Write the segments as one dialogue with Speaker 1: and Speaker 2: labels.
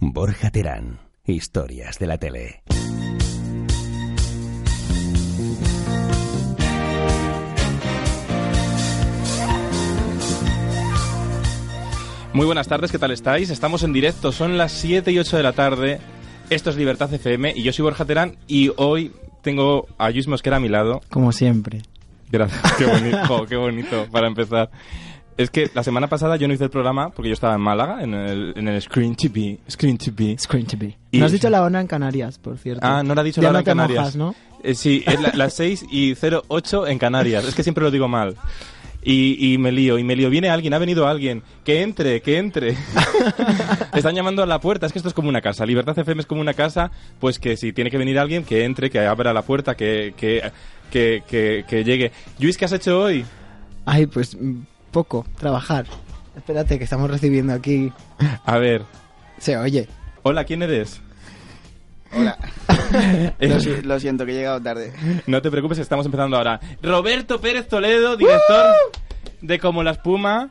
Speaker 1: Borja Terán, historias de la tele.
Speaker 2: Muy buenas tardes, ¿qué tal estáis? Estamos en directo, son las 7 y 8 de la tarde. Esto es Libertad FM y yo soy Borja Terán y hoy tengo a Luis Mosquera a mi lado.
Speaker 3: Como siempre.
Speaker 2: Gracias, qué bonito, jo, qué bonito para empezar. Es que la semana pasada yo no hice el programa porque yo estaba en Málaga, en el, en el Screen TV. Screen TV.
Speaker 3: Screen TV.
Speaker 2: Y-
Speaker 3: No has dicho la hora en Canarias, por cierto.
Speaker 2: Ah, no la ha dicho la
Speaker 3: Ya
Speaker 2: hora
Speaker 3: no
Speaker 2: en
Speaker 3: te
Speaker 2: Canarias.
Speaker 3: mojas, ¿no?
Speaker 2: Eh, sí, es la- las 6 y 08 en Canarias. Es que siempre lo digo mal. Y, y me lío, y me lío. Viene alguien, ha venido alguien. Que entre, que entre. Están llamando a la puerta. Es que esto es como una casa. Libertad FM es como una casa. Pues que si tiene que venir alguien, que entre, que abra la puerta, que, que, que, que, que llegue. Luis, ¿qué has hecho hoy?
Speaker 3: Ay, pues mm, poco, trabajar. Espérate, que estamos recibiendo aquí.
Speaker 2: A ver.
Speaker 3: Se oye.
Speaker 2: Hola, ¿quién eres?
Speaker 4: Hola.
Speaker 2: Eh,
Speaker 4: Lo, si- lo siento que he llegado tarde.
Speaker 2: No te preocupes, estamos empezando ahora. Roberto Pérez Toledo, director
Speaker 3: ¡Uh!
Speaker 2: de Como la Espuma.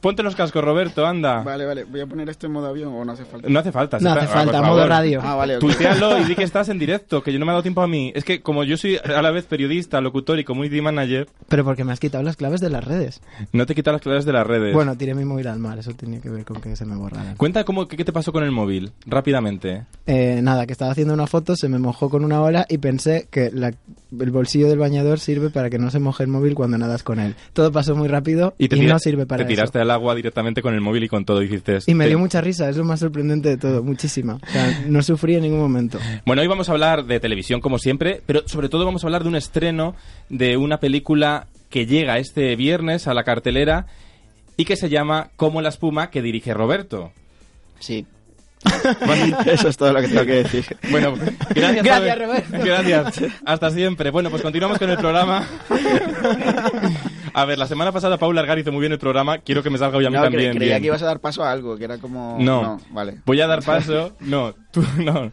Speaker 2: Ponte los cascos, Roberto, anda.
Speaker 4: Vale, vale. Voy a poner esto en modo avión o no hace falta.
Speaker 2: Ah. No hace falta. si
Speaker 3: No
Speaker 2: está-
Speaker 3: hace
Speaker 2: ah, por
Speaker 3: falta,
Speaker 2: favor.
Speaker 3: modo radio.
Speaker 4: Ah, vale. ok.
Speaker 2: Tuitealo y di que estás en directo, que yo no me ha dado tiempo a mí. Es que como yo soy a la vez periodista, locutor y community manager,
Speaker 3: Pero porque me has quitado las claves de las redes.
Speaker 2: no te quita las claves de las redes.
Speaker 3: Bueno, tiré mi móvil al mar, eso tenía que ver con que se me borrara.
Speaker 2: Cuenta cómo, qué, qué te pasó con el móvil, rápidamente.
Speaker 3: Eh, nada, que estaba haciendo una foto, se me mojó con una ola y pensé que la- el bolsillo del bañador sirve para que no se moje el móvil cuando nadas con él. Todo pasó muy rápido y,
Speaker 2: te tira-
Speaker 3: no sirve para
Speaker 2: Te
Speaker 3: eso.
Speaker 2: tiraste al agua directamente con el móvil y con todo hiciste
Speaker 3: Y me
Speaker 2: te-
Speaker 3: dio mucha risa, es lo más sorprendente de todo, muchísima. O sea, no sufrí en ningún momento.
Speaker 2: Bueno, hoy vamos a hablar de televisión como siempre, pero sobre todo vamos a hablar de un estreno de una película que llega este viernes a la cartelera y que se llama Como la espuma que dirige Roberto.
Speaker 4: Sí. Eso es todo lo que tengo que decir.
Speaker 2: Bueno, gracias,
Speaker 3: Gracias,
Speaker 2: Abel.
Speaker 3: Roberto.
Speaker 2: Gracias. Hasta siempre. Bueno, pues continuamos con el programa. A ver, la semana pasada Paula Argar hizo muy bien el programa. Quiero que me salga hoy a mí
Speaker 4: No, cre-
Speaker 2: también.
Speaker 4: creía
Speaker 2: bien.
Speaker 4: que ibas a dar paso a algo, que era como...
Speaker 2: No.
Speaker 4: vale.
Speaker 2: Voy a dar paso. No, tú no.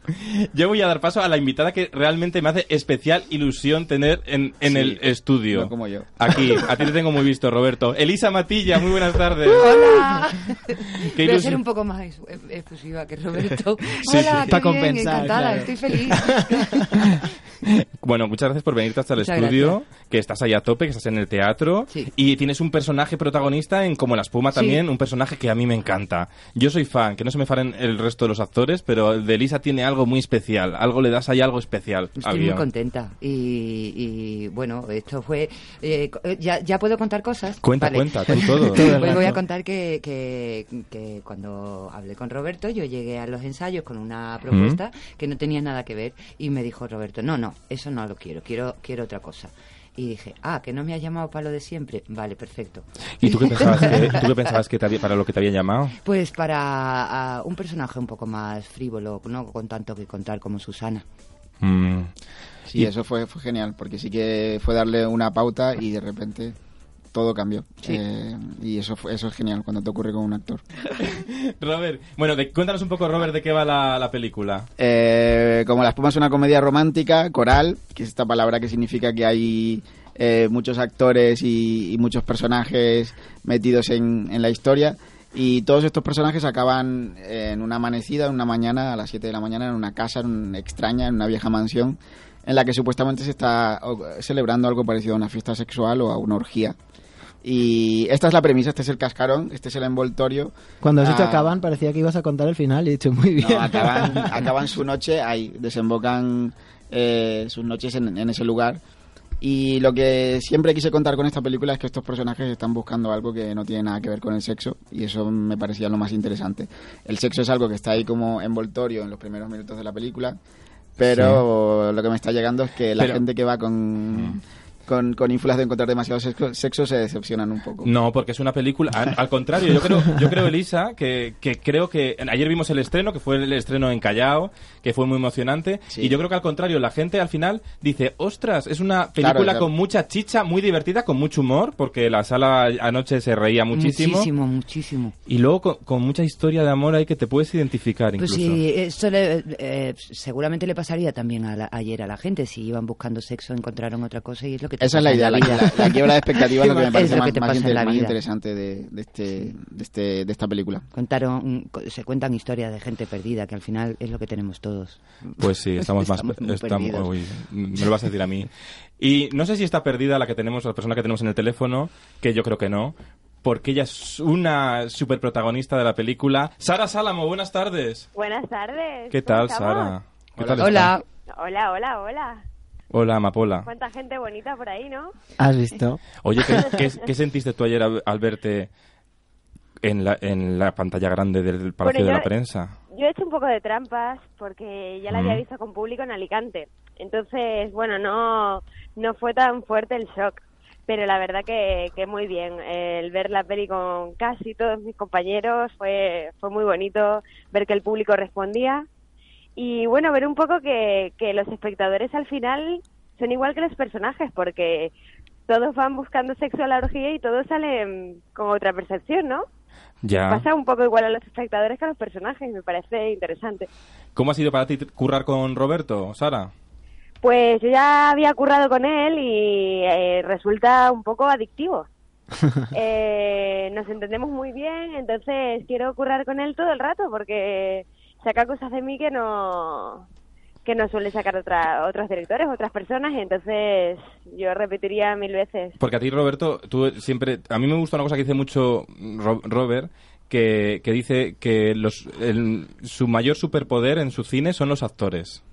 Speaker 2: Yo voy a dar paso a la invitada que realmente me hace especial ilusión tener en, en
Speaker 4: Sí,
Speaker 2: el estudio.
Speaker 4: no como yo.
Speaker 2: Aquí, a ti te tengo muy visto, Roberto. Elisa Matilla, muy buenas tardes.
Speaker 5: Hola.
Speaker 2: Qué
Speaker 5: Voy a
Speaker 2: ilusión.
Speaker 5: ser un poco más ex- ex- exclusiva que Roberto.
Speaker 2: Sí, sí.
Speaker 5: Hola, qué
Speaker 3: Pa'
Speaker 5: bien,
Speaker 3: compensar,
Speaker 5: encantada,
Speaker 3: claro.
Speaker 5: estoy feliz.
Speaker 2: Bueno, muchas gracias por venirte hasta el
Speaker 5: Muchas
Speaker 2: estudio, que estás ahí a tope, que estás en el teatro
Speaker 5: Sí.
Speaker 2: y tienes un personaje protagonista en Como la espuma también, un personaje que a mí me encanta. Yo soy fan, que no se me faren el resto de los actores, pero el de Elisa tiene algo muy especial, algo le das ahí algo especial. al
Speaker 5: Estoy muy
Speaker 2: guión.
Speaker 5: contenta. Y, y, bueno, esto fue. eh, co- eh, ya, ya puedo contar cosas.
Speaker 2: Cuenta,
Speaker 5: Vale.
Speaker 2: cuenta, tú todo.
Speaker 3: Todo el
Speaker 5: Pues voy a
Speaker 3: rato.
Speaker 5: contar que, que- que cuando hablé con Roberto, yo llegué a los ensayos con una propuesta que no tenía nada que ver y me dijo Roberto, no, no, eso no lo quiero, quiero, quiero otra cosa. Y dije, ah, que no me has llamado para lo de siempre. Vale, perfecto.
Speaker 2: ¿Y tú qué pensabas que, tú qué pensabas que te había- para lo que te había llamado?
Speaker 5: Pues para ah, un personaje un poco más frívolo, no con tanto que contar como Susana.
Speaker 2: Mm.
Speaker 4: Sí, eso fue, fue genial, porque sí que fue darle una pauta y de repente todo cambió.
Speaker 5: Sí.
Speaker 4: Eh, y eso, fue- eso es genial cuando te ocurre con un actor.
Speaker 2: Robert, bueno, de- cuéntanos un poco, Robert, de qué va la, la película.
Speaker 4: Eh, como La Espuma es una comedia romántica, coral, que es esta palabra que significa que hay eh, muchos actores y, y muchos personajes metidos en, en la historia. Y todos estos personajes acaban en una amanecida, en una mañana, a las 7 de la mañana, en una casa en un- extraña, en una vieja mansión, en la que supuestamente se está o- celebrando algo parecido a una fiesta sexual o a una orgía. Y esta es la premisa, este es el cascarón, este es el envoltorio.
Speaker 3: Cuando has dicho
Speaker 4: Ah.
Speaker 3: acaban, parecía que ibas a contar el final y he dicho muy bien.
Speaker 4: No, acaban, acaban su noche ahí, desembocan eh, sus noches en, en ese lugar. Y lo que siempre quise contar con esta película es que estos personajes están buscando algo que no tiene nada que ver con el sexo y eso me parecía lo más interesante. El sexo es algo que está ahí como envoltorio en los primeros minutos de la película, pero lo que me está llegando es que la
Speaker 2: Pero-
Speaker 3: Mm.
Speaker 4: gente que va con, con, con ínfulas de encontrar demasiado sexo, sexo se decepcionan un poco.
Speaker 2: No, porque es una película. Al, al contrario, yo creo, yo creo Elisa, que, que creo que. Ayer vimos el estreno, que fue el estreno en Callao, que fue muy emocionante.
Speaker 4: Sí.
Speaker 2: Y yo creo que al contrario, la gente al final dice: Ostras, es una película
Speaker 4: claro.
Speaker 2: con mucha chicha, muy divertida, con mucho humor, porque la sala anoche se reía muchísimo.
Speaker 5: Muchísimo, muchísimo.
Speaker 2: Y luego con, con mucha historia de amor ahí que te puedes identificar
Speaker 5: Pues
Speaker 2: incluso.
Speaker 5: sí, esto le- eh, seguramente le pasaría también a la- ayer a la gente. Si iban buscando sexo, encontraron otra cosa y es lo que te
Speaker 4: Esa es la
Speaker 5: pasa
Speaker 4: idea,
Speaker 5: en
Speaker 4: la, la- la quiebra de expectativas es lo que me
Speaker 5: Es
Speaker 4: parece
Speaker 5: lo
Speaker 4: más,
Speaker 5: que te
Speaker 4: más
Speaker 5: pasa en
Speaker 4: inter-
Speaker 5: la
Speaker 4: más
Speaker 5: vida.
Speaker 4: interesante de, de este, de, este, de esta película.
Speaker 5: Contaron, co- se cuentan historias de gente perdida, que al final es lo que tenemos todos.
Speaker 2: Pues sí, estamos más
Speaker 5: Estamos muy
Speaker 2: estamos-
Speaker 5: perdidos.
Speaker 2: uy, me lo vas a decir a mí. Y no sé si está perdida la que tenemos, la persona que tenemos en el teléfono, que yo creo que no, porque ella es una superprotagonista de la película. Sara Salamo, buenas tardes.
Speaker 6: Buenas tardes.
Speaker 2: ¿Qué
Speaker 6: ¿cómo
Speaker 2: tal,
Speaker 6: estamos?
Speaker 2: Sara? ¿Qué tal
Speaker 5: Hola.
Speaker 6: Hola, hola, hola.
Speaker 2: estás? Hola, Amapola.
Speaker 6: Cuánta gente bonita por ahí, ¿no?
Speaker 3: ¿Has visto?
Speaker 2: Oye, ¿qué, qué- qué sentiste tú ayer al, al verte en la, en la pantalla grande del Palacio
Speaker 6: Bueno,
Speaker 2: de la
Speaker 6: yo-
Speaker 2: Prensa?
Speaker 6: Yo he hecho un poco de trampas porque ya la
Speaker 2: Mm.
Speaker 6: había visto con público en Alicante. Entonces, bueno, no, no fue tan fuerte el shock. Pero la verdad que, que muy bien. El ver la peli con casi todos mis compañeros fue, fue muy bonito. Ver que el público respondía. Y bueno, ver un poco que, que los espectadores al final son igual que los personajes, porque todos van buscando sexo a la orgía y todos salen con otra percepción, ¿no?
Speaker 2: Ya.
Speaker 6: Pasa un poco igual a los espectadores que a los personajes, me parece interesante.
Speaker 2: ¿Cómo ha sido para ti currar con Roberto, Sara?
Speaker 6: Pues yo ya había currado con él y eh, resulta un poco adictivo. Eh, nos entendemos muy bien, entonces quiero currar con él todo el rato porque saca cosas de mí que no que no suele sacar otra, otros directores, otras personas, y entonces yo repetiría mil veces.
Speaker 2: Porque a ti, Roberto, tú siempre... A mí me gusta una cosa que dice mucho Ro- Robert, que, que dice que los, el- su mayor superpoder en su cine son los actores.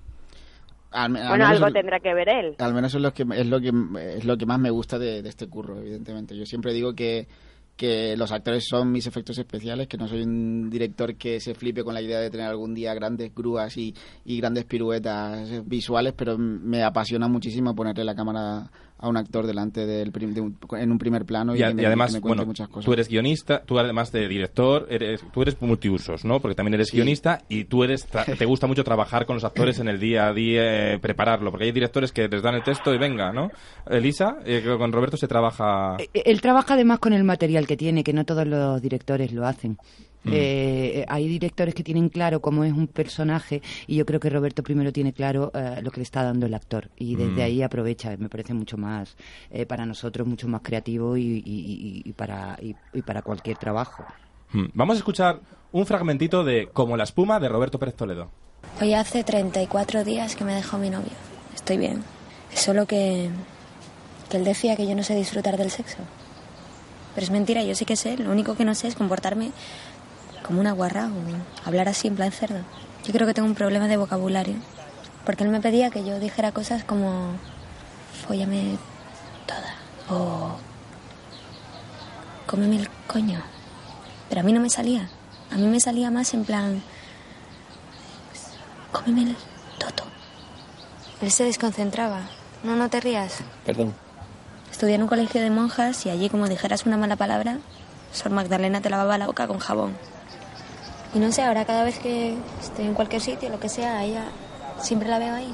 Speaker 4: Al me- al
Speaker 6: Bueno,
Speaker 4: menos
Speaker 6: algo
Speaker 4: el-
Speaker 6: tendrá que ver él.
Speaker 4: Al menos es lo que es lo que es lo que más me gusta de, de este curro, evidentemente. Yo siempre digo que que los actores son mis efectos especiales, que no soy un director que se flipe con la idea de tener algún día grandes grúas y, y grandes piruetas visuales, pero me apasiona muchísimo ponerle la cámara a un actor delante del prim- de un- en un primer plano y,
Speaker 2: y, a-
Speaker 4: que me-
Speaker 2: y además,
Speaker 4: que me cuente
Speaker 2: bueno,
Speaker 4: muchas cosas.
Speaker 2: tú eres guionista, tú además de director, eres, tú eres multiusos, ¿no? Porque también eres
Speaker 4: Sí.
Speaker 2: guionista y tú eres tra- te gusta mucho trabajar con los actores en el día a día, eh, prepararlo. Porque hay directores que les dan el texto y venga, ¿no? Elisa, eh, creo que con Roberto se trabaja...
Speaker 5: Eh, Él trabaja además con el material que tiene, que no todos los directores lo hacen.
Speaker 2: Mm.
Speaker 5: Eh, eh, hay directores que tienen claro cómo es un personaje y yo creo que Roberto primero tiene claro eh, lo que le está dando el actor y desde
Speaker 2: Mm.
Speaker 5: ahí aprovecha, me parece mucho más eh, para nosotros, mucho más creativo y, y- y- y para, y- y para cualquier trabajo.
Speaker 2: Mm. Vamos a escuchar un fragmentito de Como la espuma de Roberto Pérez Toledo.
Speaker 7: Hoy hace 34 días que me dejó mi novio. Estoy bien. Es solo que, que él decía que yo no sé disfrutar del sexo. Pero es mentira, yo sí que sé. Lo único que no sé es comportarme como una guarra o hablar así en plan cerdo. Yo creo que tengo un problema de vocabulario. Porque él me pedía que yo dijera cosas como... Fóllame toda. O... Cómeme el coño. Pero a mí no me salía. A mí me salía más en plan... Cómeme el toto. Él se desconcentraba. No, no te rías.
Speaker 8: Perdón.
Speaker 7: Estudié en un colegio de monjas y allí, como dijeras una mala palabra, Sor Magdalena te lavaba la boca con jabón. Y no sé, ahora cada vez que estoy en cualquier sitio, lo que sea, a ella siempre la veo ahí.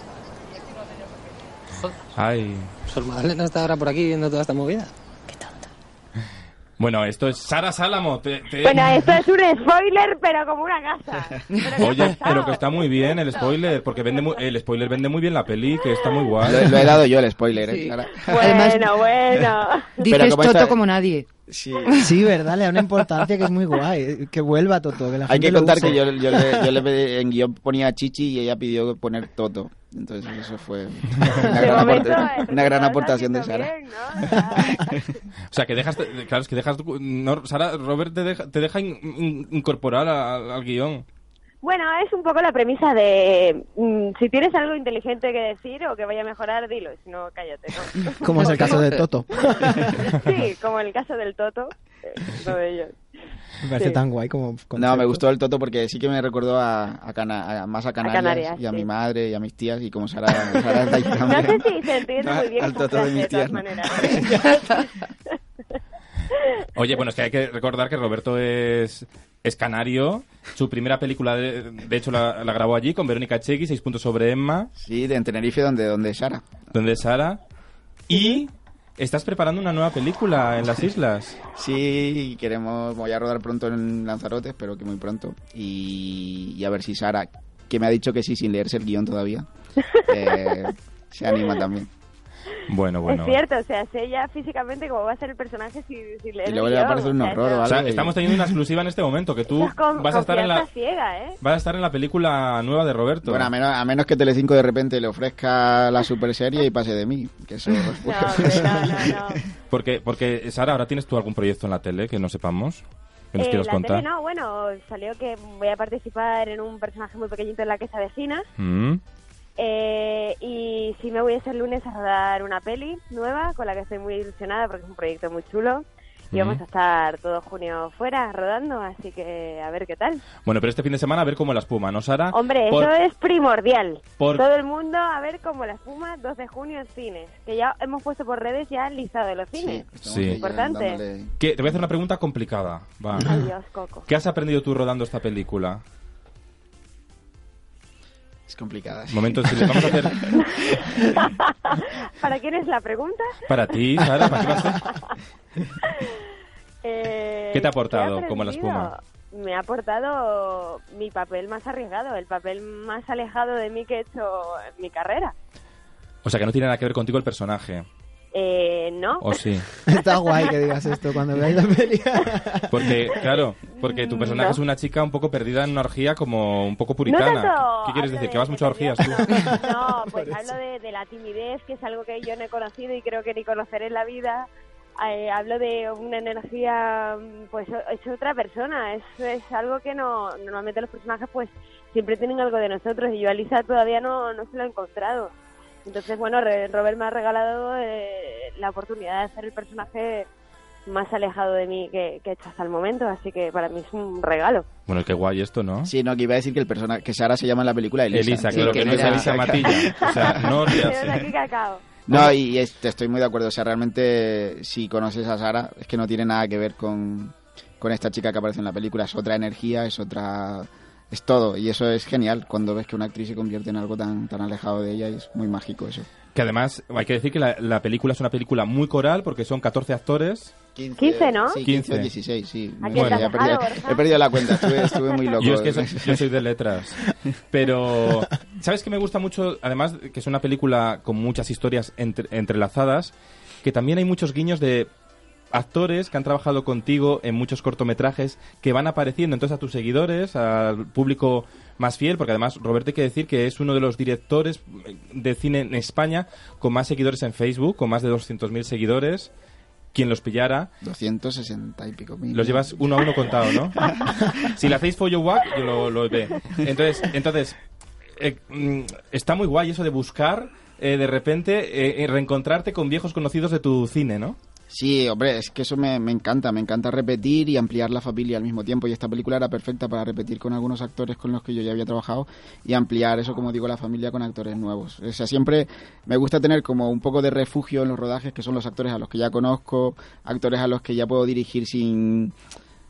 Speaker 2: Ay,
Speaker 8: Sor Magdalena está ahora por aquí viendo toda esta movida.
Speaker 7: Qué tonto.
Speaker 2: Bueno, esto es Sara Sálamo. te- te-
Speaker 6: Bueno, esto es un spoiler, pero como una casa. Pero ¿qué ha
Speaker 2: Oye,
Speaker 6: pasado?
Speaker 2: pero que está muy bien el spoiler, porque vende mu- el spoiler vende muy bien la peli, que está muy guay.
Speaker 4: Lo, lo he dado yo el spoiler, ¿eh? Ahora-
Speaker 6: Bueno,
Speaker 5: Además-
Speaker 6: bueno.
Speaker 5: Dices
Speaker 4: como
Speaker 5: Toto
Speaker 4: esta-
Speaker 5: como nadie.
Speaker 4: Sí.
Speaker 3: Sí, verdad, le da una importancia que es muy guay. Que vuelva Toto, que la
Speaker 4: Hay
Speaker 3: gente
Speaker 4: que
Speaker 3: lo
Speaker 4: contar
Speaker 3: use.
Speaker 4: que yo, yo le, yo le pedí- en guión ponía Chichi y ella pidió poner Toto. Entonces eso fue una
Speaker 6: De
Speaker 4: gran,
Speaker 6: momento,
Speaker 4: aporta-
Speaker 6: el
Speaker 4: una gran
Speaker 6: resultado
Speaker 4: aportación de
Speaker 6: está
Speaker 4: Sara.
Speaker 6: bien, ¿no? O sea,
Speaker 2: O sea, que dejas, claro, es que dejas, no, Sara, Robert te deja, te deja in- in- incorporar al, al guión.
Speaker 6: Bueno, es un poco la premisa de mm, si tienes algo inteligente que decir o que vaya a mejorar, dilo, si no, cállate. ¿no?
Speaker 3: Como es el caso de Toto.
Speaker 6: Sí, como en el caso del Toto. eh, uno de ellos.
Speaker 3: Me parece
Speaker 6: Sí.
Speaker 3: tan guay como.
Speaker 4: No,
Speaker 3: concepto.
Speaker 4: me gustó el toto porque sí que me recordó a, a Cana- a- más a Canarias,
Speaker 6: Canarias,
Speaker 4: y a
Speaker 6: sí.
Speaker 4: mi madre y a mis tías y como Sara, Sara es de ahí
Speaker 6: No sé
Speaker 4: también.
Speaker 6: si se entiende
Speaker 4: No,
Speaker 6: muy bien
Speaker 4: al
Speaker 6: esa
Speaker 4: toto de
Speaker 6: frase, de,
Speaker 4: mis
Speaker 6: todas
Speaker 4: tías, ¿no?
Speaker 6: maneras.
Speaker 2: Oye, bueno, es que hay que recordar que Roberto es, es canario. Su primera película, de, de hecho, la, la grabó allí con Verónica Chegui, Seis puntos sobre Emma,
Speaker 4: Sí, de en Tenerife donde donde es Sara.
Speaker 2: donde es Sara. Y estás preparando una nueva película en las islas.
Speaker 4: Sí, queremos voy a rodar pronto en Lanzarote, espero que muy pronto y, y a ver si Sara, que me ha dicho que sí sin leerse el guión todavía, eh, se anima también.
Speaker 2: Bueno, bueno.
Speaker 6: Es cierto, o sea, sé ya físicamente cómo va a ser el personaje si, si leer
Speaker 4: Y
Speaker 6: el
Speaker 4: luego le va a
Speaker 6: guión,
Speaker 4: parecer un
Speaker 6: o sea,
Speaker 4: horror o
Speaker 6: eso-
Speaker 2: O sea,
Speaker 4: algo. y-
Speaker 2: estamos teniendo una exclusiva en este momento, que tú
Speaker 6: eso es con-
Speaker 2: vas a estar en la
Speaker 6: confianza ciega, ¿eh?
Speaker 2: vas a estar en la película nueva de Roberto.
Speaker 4: Bueno, a menos, a menos que Telecinco de repente le ofrezca la super serie y pase de mí, que eso...
Speaker 6: No, hombre, no, no, no.
Speaker 2: Porque, porque, Sara, ahora tienes tú algún proyecto en la tele que no sepamos, que nos
Speaker 6: Eh,
Speaker 2: quieras
Speaker 6: la
Speaker 2: contar.
Speaker 6: tele no, bueno, salió que voy a participar en un personaje muy pequeñito en la que se avecina.
Speaker 2: Mm.
Speaker 6: Eh, y sí me voy ese lunes a rodar una peli nueva con la que estoy muy ilusionada porque es un proyecto muy chulo.
Speaker 2: Ujú.
Speaker 6: Y vamos a estar todo junio fuera rodando, así que a ver qué tal.
Speaker 2: Bueno, pero este fin de semana a ver cómo la espuma, ¿no, Sara?
Speaker 6: Hombre,
Speaker 2: Ah, Por-
Speaker 6: eso es primordial.
Speaker 2: por-
Speaker 6: Todo el mundo a ver cómo la espuma 2 de junio en cines. Que ya hemos puesto por redes ya el listado de los cines.
Speaker 4: estamos
Speaker 2: Sí.
Speaker 4: ahí
Speaker 6: Importante.
Speaker 4: dándole-
Speaker 2: ¿Qué? Te voy a hacer una pregunta complicada. Va.
Speaker 6: Adiós, Coco.
Speaker 2: ¿Qué has aprendido tú rodando esta película?
Speaker 4: Es complicada. sí.
Speaker 2: Momento, si le vamos a hacer
Speaker 6: ¿Para quién es la pregunta?
Speaker 2: para ti, Sara, ¿para qué va a ser?
Speaker 6: Eh,
Speaker 2: ¿Qué te ha aportado
Speaker 6: he
Speaker 2: como la espuma?
Speaker 6: aprendido? Me ha aportado mi papel más arriesgado, el papel más alejado de mí que he hecho en mi carrera.
Speaker 2: O sea, que no tiene nada que ver contigo el personaje.
Speaker 6: Eh, no,
Speaker 2: ¿O sí?
Speaker 3: Está guay que digas esto cuando veáis la peli.
Speaker 2: Porque, claro, porque tu personaje
Speaker 6: No.
Speaker 2: es una chica un poco perdida en una orgía como un poco
Speaker 6: no
Speaker 2: puritana.
Speaker 6: tanto
Speaker 2: ¿Qué quieres decir?
Speaker 6: hablo de-
Speaker 2: ¿Que vas mucho a orgías tú?
Speaker 6: No, No, pues hablo de, de la timidez, que es algo que yo no he conocido y creo que ni conoceré en la vida. Eh, hablo de una energía, mm, pues o- es otra persona, es, es algo que no normalmente los personajes pues siempre tienen algo de nosotros y yo a Lisa todavía no, no se lo he encontrado. Entonces, bueno, Re- Robert me ha regalado eh, la oportunidad de hacer el personaje más alejado de mí que, que he hecho hasta el momento, así que para mí es un regalo.
Speaker 2: Bueno, qué guay esto, ¿no?
Speaker 4: Sí, no, que iba a decir que el persona que Sara se llama en la película Elisa.
Speaker 2: Elisa,
Speaker 4: Sí,
Speaker 2: claro
Speaker 4: que
Speaker 2: que, no es
Speaker 4: era-
Speaker 2: Elisa Matilla. O sea, no
Speaker 6: Pero de aquí
Speaker 2: olvidarse.
Speaker 6: cacao.
Speaker 4: No, y es- te estoy muy de acuerdo. O sea, realmente, si conoces a Sara, es que no tiene nada que ver con, con esta chica que aparece en la película. Es otra energía, es otra. Es todo. Y eso es genial cuando ves que una actriz se convierte en algo tan, tan alejado de ella. Y es muy mágico eso.
Speaker 2: Que además, hay que decir que la, la película es una película muy coral porque son 14 actores.
Speaker 4: 15,
Speaker 6: 15, ¿no?
Speaker 4: Sí, 15
Speaker 2: 15.
Speaker 4: 16, sí.
Speaker 6: Aquí
Speaker 4: Bueno,
Speaker 2: estás
Speaker 4: ya he, perdido,
Speaker 6: bajado, Borja.
Speaker 4: he perdido la cuenta, estuve, estuve muy loco.
Speaker 2: Yo es que soy, yo soy de letras. Pero, ¿sabes que me gusta mucho? Además, que es una película con muchas historias entre- entrelazadas, que también hay muchos guiños de actores que han trabajado contigo en muchos cortometrajes que van apareciendo entonces a tus seguidores, al público más fiel, porque además Roberto hay que decir que es uno de los directores de cine en España con más seguidores en Facebook, con más de 200.000 seguidores, quien los pillara.
Speaker 4: 260 y pico mil.
Speaker 2: Los llevas uno a uno contado, ¿no? si le hacéis follow back, yo lo, lo ve. Entonces, entonces eh, mm, está muy guay eso de buscar eh, de repente eh, eh, reencontrarte con viejos conocidos de tu cine, ¿no?
Speaker 4: Sí, hombre, es que eso me, me encanta, me encanta repetir y ampliar la familia al mismo tiempo. Y esta película era perfecta para repetir con algunos actores con los que yo ya había trabajado y ampliar eso, como digo, la familia con actores nuevos. O sea, siempre me gusta tener como un poco de refugio en los rodajes, que son los actores a los que ya conozco, actores a los que ya puedo dirigir sin,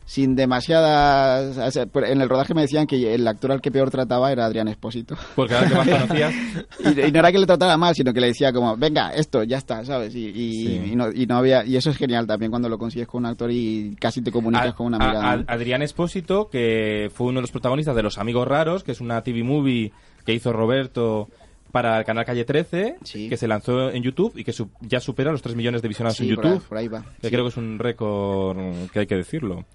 Speaker 4: sin demasiadas... o sea, por- en el rodaje me decían que el actor al que peor trataba era Adrián Espósito.
Speaker 2: Porque ahora que más conocías.
Speaker 4: Y, y no era que le tratara mal, sino que le decía como, venga, esto, ya está, ¿sabes? Y, y,
Speaker 2: Sí.
Speaker 4: y no, y no había... Y eso es genial también cuando lo consigues con un actor y casi te comunicas
Speaker 2: a-
Speaker 4: con una
Speaker 2: a-
Speaker 4: mirada.
Speaker 2: a-
Speaker 4: ¿no?
Speaker 2: Adrián Espósito, que fue uno de los protagonistas de Los Amigos Raros, que es una TV movie que hizo Roberto para el canal Calle 13,
Speaker 4: Sí.
Speaker 2: que se lanzó en YouTube y que su- ya supera los 3 millones de visionados
Speaker 4: Sí,
Speaker 2: ah, en
Speaker 4: por ahí-
Speaker 2: YouTube.
Speaker 4: por ahí va.
Speaker 2: Que
Speaker 4: Sí.
Speaker 2: creo que es un récord mm, que hay que decirlo.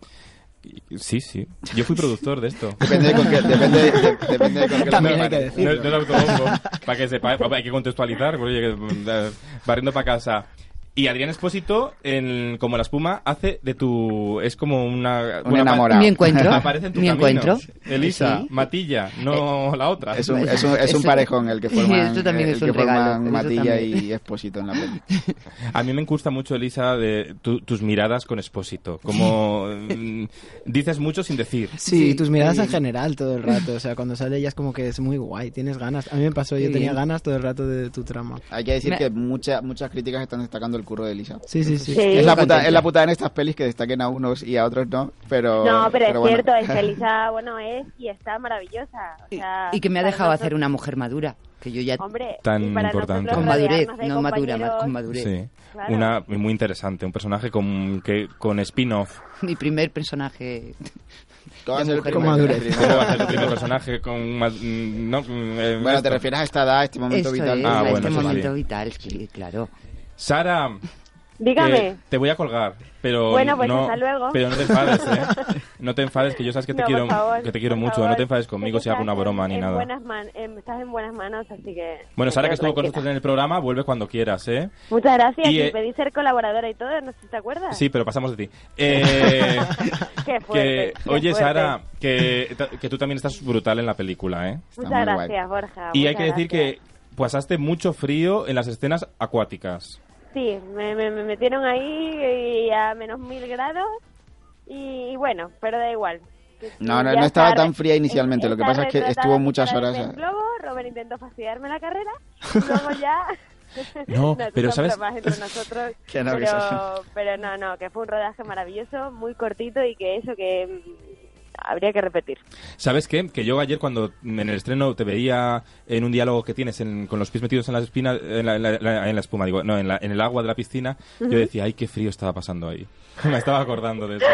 Speaker 2: Y- Sí, sí. Yo fui productor de esto.
Speaker 4: Depende de con qué... Depende, de- depende de con qué lo
Speaker 3: También hay
Speaker 4: compares.
Speaker 3: que decir. decirlo.
Speaker 2: No, no lo autobombo, para que sepa, eh, papá, hay que contextualizar, porque, oye, que, mm, eh, barriendo para casa. Y Adrián Espósito, en, como la espuma, hace de tu. Es como una.
Speaker 4: Un
Speaker 2: bueno, apa-
Speaker 4: enamorado.
Speaker 5: Mi encuentro.
Speaker 2: Aparece en tu
Speaker 5: mi
Speaker 2: camino.
Speaker 5: encuentro.
Speaker 2: Elisa,
Speaker 5: Sí. Eh,
Speaker 2: Matilla, no la otra.
Speaker 4: Es un, es un, es un
Speaker 5: Eso-
Speaker 4: parejón el que forman, eh,
Speaker 5: Eso también
Speaker 4: el
Speaker 5: es
Speaker 4: que
Speaker 5: un regalo,
Speaker 4: forman
Speaker 5: eso
Speaker 4: Matilla
Speaker 5: también.
Speaker 4: y Espósito en la peli.
Speaker 2: A mí me gusta mucho, Elisa, de tu- tus miradas con Espósito. Como mm, dices mucho sin decir.
Speaker 3: Sí,
Speaker 5: Sí,
Speaker 3: y tus miradas
Speaker 5: qué
Speaker 3: en
Speaker 5: bien.
Speaker 3: general todo el rato. O sea, cuando sale ella es como que es muy guay, tienes ganas. A mí me pasó, yo
Speaker 5: Qué
Speaker 3: tenía
Speaker 5: bien.
Speaker 3: ganas todo el rato de tu trama.
Speaker 4: Hay que decir
Speaker 5: Me-
Speaker 4: que muchas muchas críticas están destacando el curro de Elisa.
Speaker 3: Sí, sí, sí.
Speaker 6: Sí.
Speaker 4: Es la, puta,
Speaker 5: contenta.
Speaker 4: es la puta en estas pelis que destaquen a unos y a otros no, pero...
Speaker 6: No, pero, es
Speaker 4: bueno.
Speaker 6: cierto, es que Elisa, bueno, es y está maravillosa. O sea,
Speaker 5: Y que me ha
Speaker 6: para
Speaker 5: dejado
Speaker 6: nosotros-
Speaker 5: hacer una mujer madura. Que yo ya.
Speaker 6: Hombre,
Speaker 2: Tan
Speaker 6: y para
Speaker 2: importante.
Speaker 6: nosotros
Speaker 5: con madurez,
Speaker 6: rodearnos de
Speaker 5: no madura, ma-
Speaker 6: compañeros-
Speaker 5: con madurez.
Speaker 2: Sí.
Speaker 6: Claro.
Speaker 2: Una muy interesante, un personaje con, que, con spin-off.
Speaker 5: Mi primer personaje.
Speaker 4: ¿Cómo va a ser el
Speaker 5: Mujer
Speaker 4: primer-
Speaker 3: madura.
Speaker 4: el
Speaker 2: ¿Cómo va a ser
Speaker 4: primer-
Speaker 2: el primer personaje con más- mm, no, mm, eh,
Speaker 4: Bueno,
Speaker 2: esto?
Speaker 4: te refieres a esta edad, a este momento
Speaker 5: Eso
Speaker 4: vital.
Speaker 5: es,
Speaker 2: Ah,
Speaker 5: a
Speaker 2: bueno,
Speaker 5: este
Speaker 2: eso sí.
Speaker 5: momento vital, sí, claro.
Speaker 2: Sara,
Speaker 6: Dígame.
Speaker 2: eh, te voy a colgar, pero
Speaker 6: Bueno, pues
Speaker 2: no,
Speaker 6: hasta luego.
Speaker 2: pero no te enfades, ¿eh? No te enfades, que yo sabes que te
Speaker 6: No, por
Speaker 2: quiero,
Speaker 6: favor,
Speaker 2: que te quiero
Speaker 6: por
Speaker 2: mucho.
Speaker 6: favor.
Speaker 2: No te enfades
Speaker 6: Sé
Speaker 2: conmigo
Speaker 6: que
Speaker 2: si hago una
Speaker 6: estás
Speaker 2: broma ni
Speaker 6: en
Speaker 2: nada.
Speaker 6: buenas man- en- estás en buenas manos, así que...
Speaker 2: Bueno, Sara, que
Speaker 6: Pero
Speaker 2: estuvo con
Speaker 6: tranquila.
Speaker 2: nosotros en el programa, vuelve cuando quieras, ¿eh?
Speaker 6: Muchas gracias,
Speaker 2: Y,
Speaker 6: y,
Speaker 2: eh,
Speaker 6: pedí ser colaboradora y todo, no sé si te acuerdas.
Speaker 2: Sí, pero pasamos de ti. Eh,
Speaker 6: Qué
Speaker 2: que,
Speaker 6: Ah. fuerte, qué
Speaker 2: oye,
Speaker 6: fuerte.
Speaker 2: Sara, que, que tú también estás brutal en la película, ¿eh?
Speaker 4: Está
Speaker 6: Muchas
Speaker 4: muy guay.
Speaker 6: gracias, Borja.
Speaker 2: Y hay
Speaker 6: Ah, muchas
Speaker 2: que decir que
Speaker 6: gracias.
Speaker 2: pasaste mucho frío en las escenas acuáticas.
Speaker 6: Sí, me, me- me metieron ahí y a menos mil grados y, y bueno, pero da igual.
Speaker 4: No, no,
Speaker 6: Ya
Speaker 4: no estaba
Speaker 6: está
Speaker 4: tan fría inicialmente,
Speaker 6: es-
Speaker 4: lo que
Speaker 6: está
Speaker 4: pasa es que
Speaker 6: retratada
Speaker 4: estuvo
Speaker 6: en
Speaker 4: muchas
Speaker 6: Cara de
Speaker 4: horas-
Speaker 6: Pez Globo, Robert intentó fastidiarme la carrera, y luego ya...
Speaker 2: No,
Speaker 6: esas
Speaker 2: pero
Speaker 6: son
Speaker 2: ¿sabes?
Speaker 6: bromas entre nosotros,
Speaker 4: Que no, que
Speaker 6: pero,
Speaker 4: eso-
Speaker 6: pero no, no, que fue un rodaje maravilloso, muy cortito y que eso que mm, habría que repetir.
Speaker 2: ¿Sabes qué? Que yo ayer cuando en el estreno te veía en un diálogo que tienes en- con los pies metidos en la espina, en la, en la- en la- en la espuma, digo, no, en, la- en el agua de la piscina, yo decía, ay, qué frío estaba pasando ahí. Me estaba acordando de eso.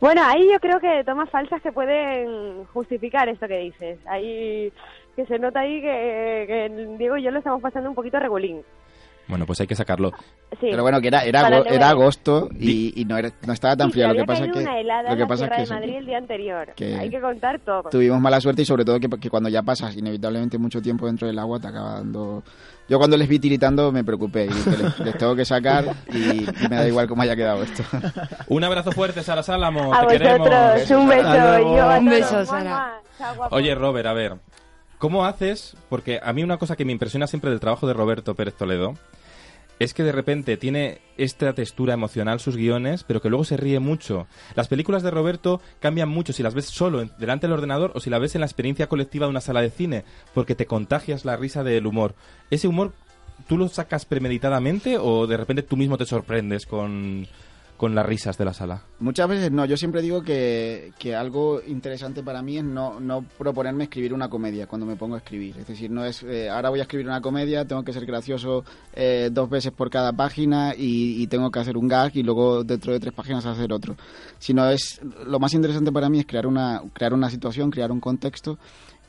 Speaker 6: Bueno, ahí yo creo que tomas falsas que pueden justificar esto que dices. Ahí que se nota ahí que, que Diego y yo lo estamos pasando un poquito regulín.
Speaker 2: Bueno, pues hay que sacarlo.
Speaker 6: Sí.
Speaker 4: Pero bueno, que era, era,
Speaker 6: Para
Speaker 4: ago-
Speaker 6: luego-
Speaker 4: era agosto y, y no, era- no estaba tan
Speaker 6: Sí,
Speaker 4: fría. Lo
Speaker 6: había
Speaker 4: que pasa es
Speaker 6: caído
Speaker 4: que,
Speaker 6: una helada
Speaker 4: lo
Speaker 6: en
Speaker 4: que
Speaker 6: la
Speaker 4: pasa es
Speaker 6: Sierra
Speaker 4: que
Speaker 6: de
Speaker 4: eso,
Speaker 6: Madrid el día anterior.
Speaker 4: Que-
Speaker 6: Hay que contar todo.
Speaker 4: tuvimos mala suerte y sobre todo que, que cuando ya pasas inevitablemente mucho tiempo dentro del agua te acaba dando... Yo cuando les vi tiritando me preocupé y dije, les, les tengo que sacar y, y me da igual cómo haya quedado esto.
Speaker 2: Un abrazo fuerte, Sara Sálamo.
Speaker 6: A
Speaker 2: te queremos.
Speaker 6: vosotros, un beso.
Speaker 3: Hasta luego.
Speaker 6: y yo a
Speaker 5: Un
Speaker 6: todos.
Speaker 5: beso, Sara.
Speaker 6: Mua, mua. Chao, guapos.
Speaker 2: Oye, Robert, a ver, ¿cómo haces? Porque a mí una cosa que me impresiona siempre del trabajo de Roberto Pérez Toledo es que de repente tiene esta textura emocional sus guiones, pero que luego se ríe mucho. Las películas de Roberto cambian mucho si las ves solo en- delante del ordenador o si las ves en la experiencia colectiva de una sala de cine, porque te contagias la risa del humor. ¿Ese humor tú lo sacas premeditadamente o de repente tú mismo te sorprendes con, con las risas de la sala?
Speaker 4: Muchas veces no, yo siempre digo que, que algo interesante para mí es no, no proponerme escribir una comedia cuando me pongo a escribir. Es decir, no es, eh, ahora voy a escribir una comedia, tengo que ser gracioso eh, dos veces por cada página y, y tengo que hacer un gag y luego dentro de tres páginas hacer otro. Sino es, lo más interesante para mí es crear una, crear una situación, crear un contexto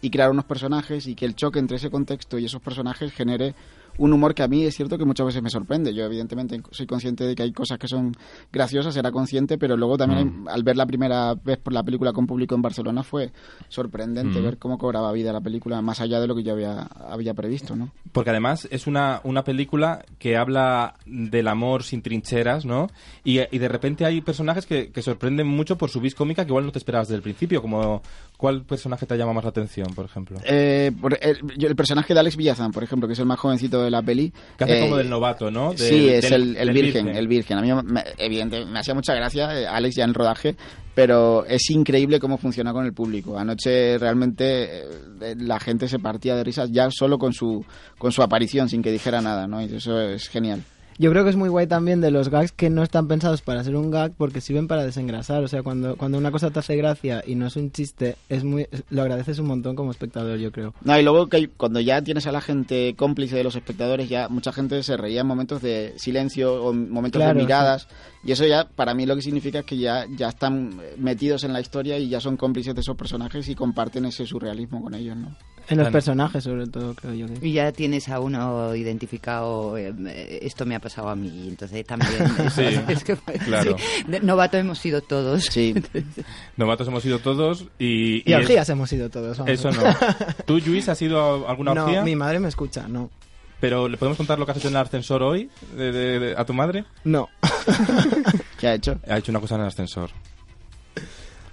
Speaker 4: y crear unos personajes y que el choque entre ese contexto y esos personajes genere un humor que a mí es cierto que muchas veces me sorprende. Yo evidentemente soy consciente de que hay cosas que son graciosas, era consciente, pero luego también
Speaker 2: Mm.
Speaker 4: al ver la primera vez por la película con público en Barcelona fue sorprendente
Speaker 2: Mm.
Speaker 4: ver cómo cobraba vida la película, más allá de lo que yo había, había previsto, ¿no?
Speaker 2: Porque además es una, una película que habla del amor sin trincheras, ¿no? Y, y de repente hay personajes que, que sorprenden mucho por su vis cómica que igual no te esperabas desde el principio. Como, ¿Cuál personaje te llama más la atención, por ejemplo?
Speaker 4: Eh, por- el, yo- el personaje de Alex Villazán, por ejemplo, que es el más jovencito de la peli.
Speaker 2: Que hace
Speaker 4: eh,
Speaker 2: como del novato, ¿no? Del-
Speaker 4: sí, es
Speaker 2: del-
Speaker 4: el, el
Speaker 2: del
Speaker 4: virgen, el virgen. A mí, me, evidente, me hacía mucha gracia eh, Alex ya en el rodaje, pero es increíble cómo funciona con el público. Anoche realmente eh, eh, la gente se partía de risas ya solo con su, con su aparición, sin que dijera nada, ¿no? Y eso es genial.
Speaker 3: Yo creo que es muy guay también de los gags que no están pensados para ser un gag porque sirven para desengrasar. O sea, cuando, cuando una cosa te hace gracia y no es un chiste, es muy lo agradeces un montón como espectador, yo creo.
Speaker 4: No, y luego que hay- cuando ya tienes a la gente cómplice de los espectadores, ya mucha gente se reía en momentos de silencio o en momentos
Speaker 3: Claro,
Speaker 4: de miradas. Y eso ya, para mí, lo que significa es que ya, ya están metidos en la historia y ya son cómplices de esos personajes y comparten ese surrealismo con ellos, ¿no?
Speaker 3: En los
Speaker 2: Claro.
Speaker 3: personajes, sobre todo, creo yo. Que...
Speaker 5: Y ya tienes a uno identificado, eh, eh, esto me ha pasado a mí, entonces también.
Speaker 2: Sí,
Speaker 5: es que- pues,
Speaker 2: claro.
Speaker 5: sí, de- novatos hemos sido todos.
Speaker 4: Sí.
Speaker 2: Novatos hemos sido todos y...
Speaker 3: Y,
Speaker 2: y
Speaker 3: orgías hemos ido todos.
Speaker 2: es-
Speaker 3: vamos.
Speaker 2: Eso no. ¿Tú, Luis, has ido a alguna
Speaker 3: No,
Speaker 2: orgía?
Speaker 3: mi madre me escucha, no.
Speaker 2: Pero ¿le podemos contar lo que has hecho en el ascensor hoy de- de- de- a tu madre?
Speaker 3: No.
Speaker 4: ¿Qué ha hecho?
Speaker 2: Ha hecho una cosa en el ascensor.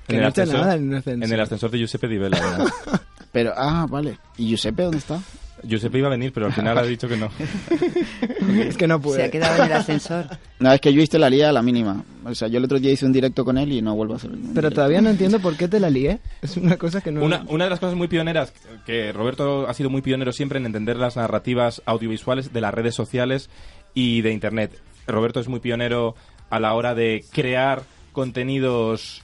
Speaker 3: Que no he hecho nada en el ascensor.
Speaker 2: en el ascensor de Giuseppe Di Bella. ¿verdad?
Speaker 4: Pero, ah, vale. ¿Y Giuseppe dónde está?
Speaker 2: Giuseppe iba a venir, pero al final ha dicho que no.
Speaker 3: es que no pude.
Speaker 2: pues.
Speaker 5: Se ha quedado en el ascensor.
Speaker 4: No, es que yo hice la liga a la mínima. O sea, yo el otro día hice un directo con él y no vuelvo a hacer un
Speaker 3: Pero
Speaker 4: directo.
Speaker 3: todavía no entiendo por qué te la lié. Es una cosa que no...
Speaker 2: Una, una de las cosas muy pioneras, que Roberto ha sido muy pionero siempre en entender las narrativas audiovisuales de las redes sociales y de Internet. Roberto es muy pionero a la hora de crear contenidos...